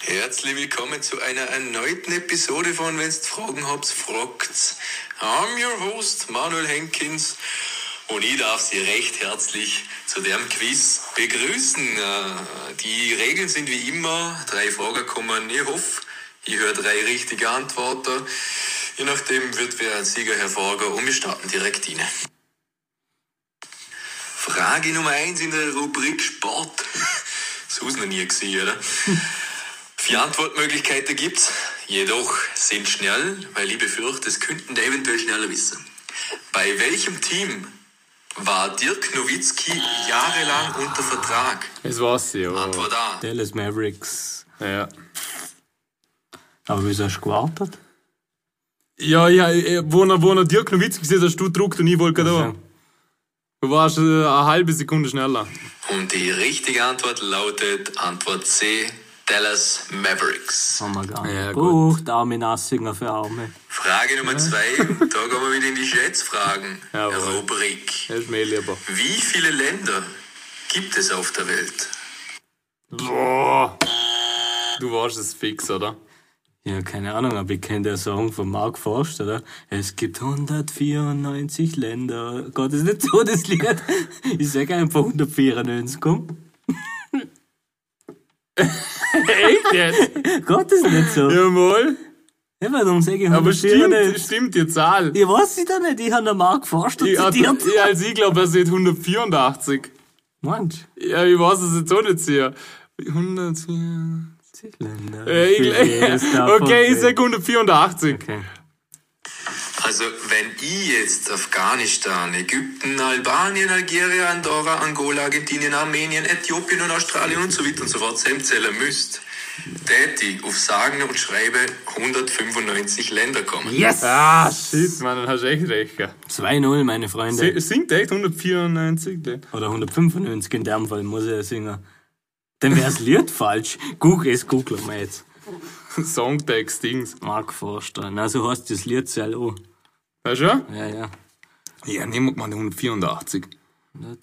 Speaker 6: Herzlich willkommen zu einer erneuten Episode von Wenn's Fragen habt, fragt's. I'm your host Manuel Henkins und ich darf Sie recht herzlich zu dem Quiz begrüßen. Äh, Die Regeln sind wie immer, drei Fragen kommen, ich hoffe, ich höre drei richtige Antworten. Je nachdem wird wer ein Sieger hervorgehen und wir starten direkt rein. Frage Nummer eins in der Rubrik Sport. Das hast du noch nie gesehen, oder? Vier Antwortmöglichkeiten gibt's, jedoch sind schnell, weil ich befürchte, es könnten die eventuell schneller wissen. Bei welchem Team war Dirk Nowitzki jahrelang unter Vertrag?
Speaker 4: Es war's ja.
Speaker 6: Antwort A.
Speaker 1: Dallas Mavericks.
Speaker 4: Ja,
Speaker 1: Aber wieso hast du gewartet?
Speaker 4: ja, ja eh, wo er, wo er Dirk Nowitzki gesehen hat, hast du gedruckt und ich wollte gerade
Speaker 1: Ach
Speaker 4: auch. Du warst äh, eine halbe Sekunde schneller.
Speaker 6: Und die richtige Antwort lautet Antwort C. Dallas Mavericks.
Speaker 1: Haben wir gar nicht.
Speaker 4: Ja, gut.
Speaker 1: gut. Arme Nassinger für Arme.
Speaker 6: Frage Nummer zwei. da gehen wir wieder in die Schätzfragen.
Speaker 4: Jawohl.
Speaker 6: Rubrik.
Speaker 4: Er ist mir lieber.
Speaker 6: Wie viele Länder gibt es auf der Welt?
Speaker 4: Boah. Du warst es fix, oder?
Speaker 1: Ja, keine Ahnung, aber ich kenne den Song von Mark Forst, oder? Es gibt 194 Länder. Gott, ist nicht so das Lied. Ich sage einfach 194, komm.
Speaker 4: Echt jetzt?
Speaker 1: Gott, ist nicht so. Ja.
Speaker 4: Jawohl.
Speaker 1: warum sage ich
Speaker 4: Aber stimmt,
Speaker 1: 194?
Speaker 4: stimmt die Zahl.
Speaker 1: Ich weiß es doch nicht, ich habe den Mark Forst
Speaker 4: Ich, also,
Speaker 1: zitiert.
Speaker 4: ich, also ich glaube, er sind 184. Äh,
Speaker 1: Mensch,
Speaker 4: Ja, ich weiß es jetzt auch nicht sehr. 100.
Speaker 1: 10 Länder.
Speaker 4: Äh,
Speaker 1: Für jedes
Speaker 4: ich,
Speaker 1: davon
Speaker 4: okay, ich
Speaker 1: zählt.
Speaker 4: sag 184.
Speaker 1: Okay.
Speaker 6: Also, wenn ich jetzt Afghanistan, Ägypten, Albanien, Algerien, Andorra, Angola, Argentinien, Armenien, Äthiopien und Australien und so weiter und so fort zusammenzählen müsst, täte ich auf sagen und schreibe 195 Länder kommen.
Speaker 1: Yes!
Speaker 4: Ah, shit, man, dann hast du echt recht. gell.
Speaker 1: 2-0, meine Freunde.
Speaker 4: Si- Singt echt 194? der?
Speaker 1: Oder 195 in dem Fall, muss ich ja singen. Dann wäre das Lied falsch. Google es, googeln wir jetzt.
Speaker 4: Songtext, Dings.
Speaker 1: Mark Forster. Na, so Also heißt das Lied selber auch.
Speaker 4: Weißt du? schon?
Speaker 1: Ja, ja.
Speaker 4: Ja, nehmen wir mal 184.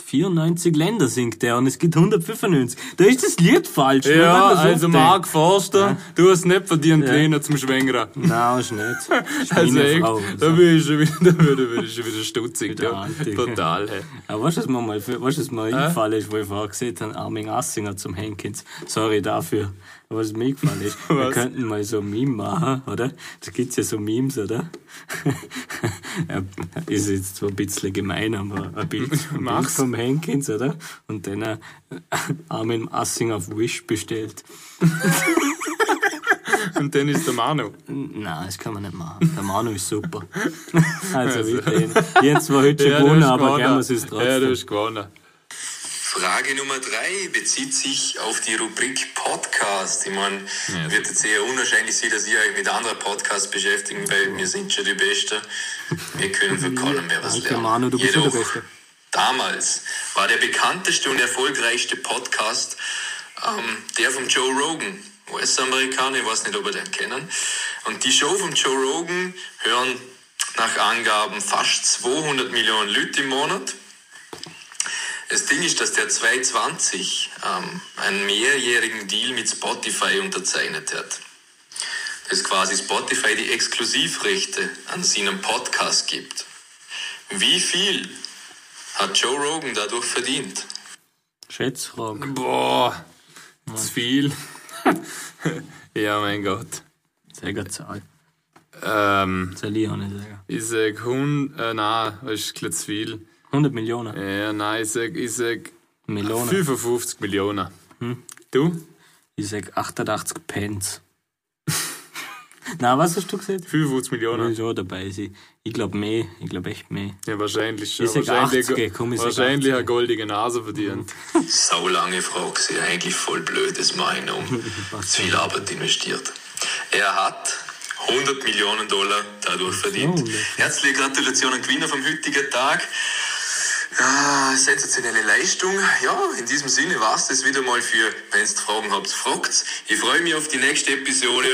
Speaker 1: 94 Länder singt der und es gibt 195. Da ist das Lied falsch. nur
Speaker 4: Ja,
Speaker 1: weil man's
Speaker 4: also
Speaker 1: aufdenkt.
Speaker 4: Mark Forster, du hast nicht verdient,
Speaker 1: Ja.
Speaker 4: Trainer zum Schwängern.
Speaker 1: Nein, ist nicht. Ist
Speaker 4: Also
Speaker 1: meine
Speaker 4: echt,
Speaker 1: Frau.
Speaker 4: da bin ich schon wieder, da bin da bin ich schon wieder stutzig.
Speaker 1: Wieder
Speaker 4: Ja.
Speaker 1: antig.
Speaker 4: Total, hey.
Speaker 1: Aber Ah, weißt du, was mir mal, weißt du, was mir eingefallen ist, wo ich vorher gesehen habe, Armin Assinger zum Henkins. Sorry dafür. Aber was mir eingefallen ist, wir
Speaker 4: Was?
Speaker 1: könnten mal so ein Meme machen, oder? Da gibt's ja so Memes, oder? Ja, ist jetzt zwar ein bisschen gemein, aber ein Bild, ein Bild
Speaker 4: Mach's.
Speaker 1: vom Henkins, oder? Und dann äh, Armin Assinger auf Wish bestellt.
Speaker 4: Und dann ist der Manu.
Speaker 1: Nein, das kann man nicht machen. Der Manu ist super. Also, also. jetzt war heute schon
Speaker 4: du
Speaker 1: gewonnen,
Speaker 4: hast
Speaker 1: aber
Speaker 4: gewonnen.
Speaker 1: gern wir es trotzdem.
Speaker 4: Ja, du hast gewonnen.
Speaker 6: Frage Nummer drei bezieht sich auf die Rubrik Podcast. Ich meine, wird jetzt eher unwahrscheinlich sein, dass ihr euch mit anderen Podcasts beschäftigen, weil wir sind schon die Besten. Wir können für keinen mehr was
Speaker 1: Danke,
Speaker 6: lernen.
Speaker 1: Manu, du bist schon der
Speaker 6: Jedoch,
Speaker 1: Beste.
Speaker 6: Damals war der bekannteste und erfolgreichste Podcast ähm, der von Joe Rogan. US-Amerikaner, ich weiß nicht, ob ihr den kennen. Und die Show von Joe Rogan hören nach Angaben fast 200 Millionen Leute im Monat. Das Ding ist, dass der 2020 ähm, einen mehrjährigen Deal mit Spotify unterzeichnet hat. Dass quasi Spotify die Exklusivrechte an seinem Podcast gibt. Wie viel hat Joe Rogan dadurch verdient?
Speaker 1: Schätzfrage.
Speaker 4: Boah, zu viel. ja, mein Gott.
Speaker 1: Sehr gute Zahl.
Speaker 4: Ähm,
Speaker 1: Soll ich auch nicht sagen.
Speaker 4: ich sag 100, äh, nein, das ist gleich zu viel.
Speaker 1: 100 Millionen.
Speaker 4: Ja, nein, ich sag, ich sag
Speaker 3: Melonen.
Speaker 4: 55 Millionen.
Speaker 1: Hm?
Speaker 4: Du?
Speaker 3: Ich sag 88 Pence. Na, was hast du gesagt?
Speaker 4: 55
Speaker 3: Ich
Speaker 4: Millionen.
Speaker 3: schon dabei sein. Ich glaube mehr, ich glaube echt mehr.
Speaker 4: Ja, wahrscheinlich schon.
Speaker 3: Ich sag
Speaker 4: Wahrscheinlich,
Speaker 3: 80er, komm, ich sag
Speaker 4: wahrscheinlich eine goldige Nase verdient.
Speaker 6: Sau lange Frage, sie eigentlich voll blöd, das meine ich, um zu viel Arbeit investiert. Er hat 100 Millionen Dollar dadurch verdient. Herzliche Gratulation an Gewinner vom heutigen Tag. Ja, sensationelle Leistung. Ja, in diesem Sinne war es das wieder mal für, wenn ihr Fragen habt, fragt's. Ich freue mich auf die nächste Episode.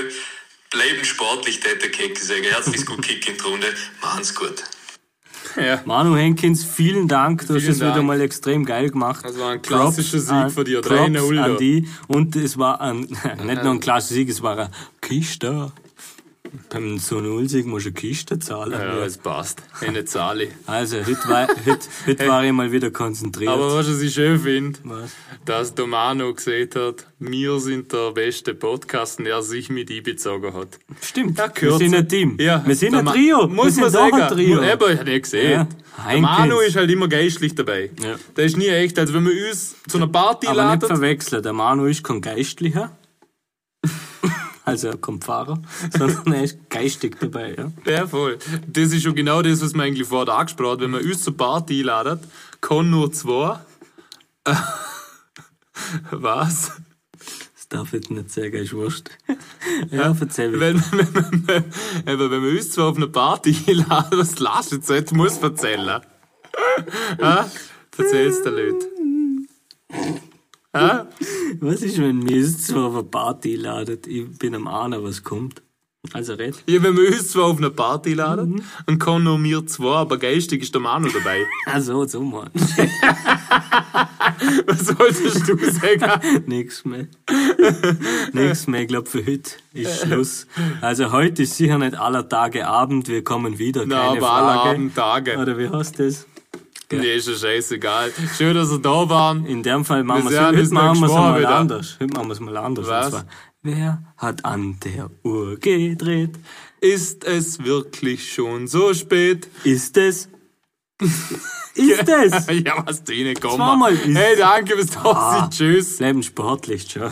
Speaker 6: Bleiben sportlich, Täter Keck sagen. Herzliches Gut Kick in die Runde. Machen's gut.
Speaker 4: Ja.
Speaker 3: Manu Henkins, vielen Dank. Du hast
Speaker 4: Vielen
Speaker 3: es wieder
Speaker 4: Dank.
Speaker 3: mal extrem geil gemacht.
Speaker 4: Das war ein
Speaker 3: Props
Speaker 4: klassischer Sieg
Speaker 3: an-
Speaker 4: von dir.
Speaker 3: Props
Speaker 4: 3-0
Speaker 3: an
Speaker 4: da.
Speaker 3: die. Und es war ein, nicht nur ein klassischer Sieg, es war ein Kiste. Beim so 0 sieg musst du eine Kiste zahlen.
Speaker 4: Ja, es passt. Eine Zahle.
Speaker 3: Also, Äh, heute war, heute, heute war ich mal wieder konzentriert.
Speaker 4: Aber was ich schön finde,
Speaker 3: Was?
Speaker 4: dass Domano gesagt hat, wir sind der beste Podcast, und er sich mit einbezogen hat.
Speaker 3: Stimmt,
Speaker 4: Ja,
Speaker 3: wir
Speaker 4: gehört
Speaker 3: sind
Speaker 4: so.
Speaker 3: ein Team.
Speaker 4: Ja,
Speaker 3: wir sind
Speaker 4: der
Speaker 3: ein
Speaker 4: Ma-
Speaker 3: Trio. wir
Speaker 4: Muss
Speaker 3: sind
Speaker 4: man
Speaker 3: doch
Speaker 4: sagen.
Speaker 3: ein Trio.
Speaker 4: Eben, ich hab nicht
Speaker 3: Ja.
Speaker 4: gesehen. Der
Speaker 3: Heinkens.
Speaker 4: Manu ist halt immer geistlich dabei.
Speaker 3: Ja.
Speaker 4: Der ist nie echt. Also wenn wir uns zu einer Party
Speaker 3: Aber nicht
Speaker 4: laden,
Speaker 3: verwechseln, der Manu ist kein Geistlicher. also er kommt Fahrer, sondern er ist geistig dabei. Ja.
Speaker 4: ja voll. Das ist schon genau das, was wir eigentlich vorher angesprochen haben. Wenn wir uns zur Party einladen, kann nur zwei. Was?
Speaker 3: Das darf ich jetzt nicht sagen, ist wurscht. ja, erzähl mich.
Speaker 4: Wenn, wenn, wenn, wenn, eben, wenn wir uns zwar auf eine Party einladen, was lasst jetzt nicht, muss erzählen. ha? Erzähl's den Leuten. Ha?
Speaker 3: Was ist, wenn mir es zu einer Party ladet? Ich bin am Ahnen, was kommt. Also red.
Speaker 4: Ja, wenn wir uns zwar auf eine Party laden, dann kann nur mir zwei, aber geistig ist der Manu dabei.
Speaker 3: Ach Also, so, so mal.
Speaker 4: Was solltest du sagen?
Speaker 3: Nix mehr. Nix mehr, ich glaube, für heute ist Schluss. Also heute ist sicher nicht aller Tage Abend, wir kommen wieder,
Speaker 4: Na,
Speaker 3: keine
Speaker 4: aber alle
Speaker 3: Frage.
Speaker 4: Abend Tage.
Speaker 3: Oder wie heißt das?
Speaker 4: Nee, ist ja scheißegal. Schön, dass ihr da waren.
Speaker 3: In dem Fall machen
Speaker 4: Wir
Speaker 3: wir
Speaker 4: sehen
Speaker 3: es
Speaker 4: uns
Speaker 3: machen wir's
Speaker 4: nächste Woche
Speaker 3: mal
Speaker 4: wieder.
Speaker 3: anders. Heute machen wir es mal anders.
Speaker 4: Was?
Speaker 3: Und zwar, wer hat an der Uhr gedreht?
Speaker 4: Ist es wirklich schon so spät?
Speaker 3: Ist es? Ist es?
Speaker 4: Ja, was du reingekommen
Speaker 3: Zweimal ist-
Speaker 4: Hey, danke fürs Dasein. Tschüss.
Speaker 3: Bleiben sportlich, ciao.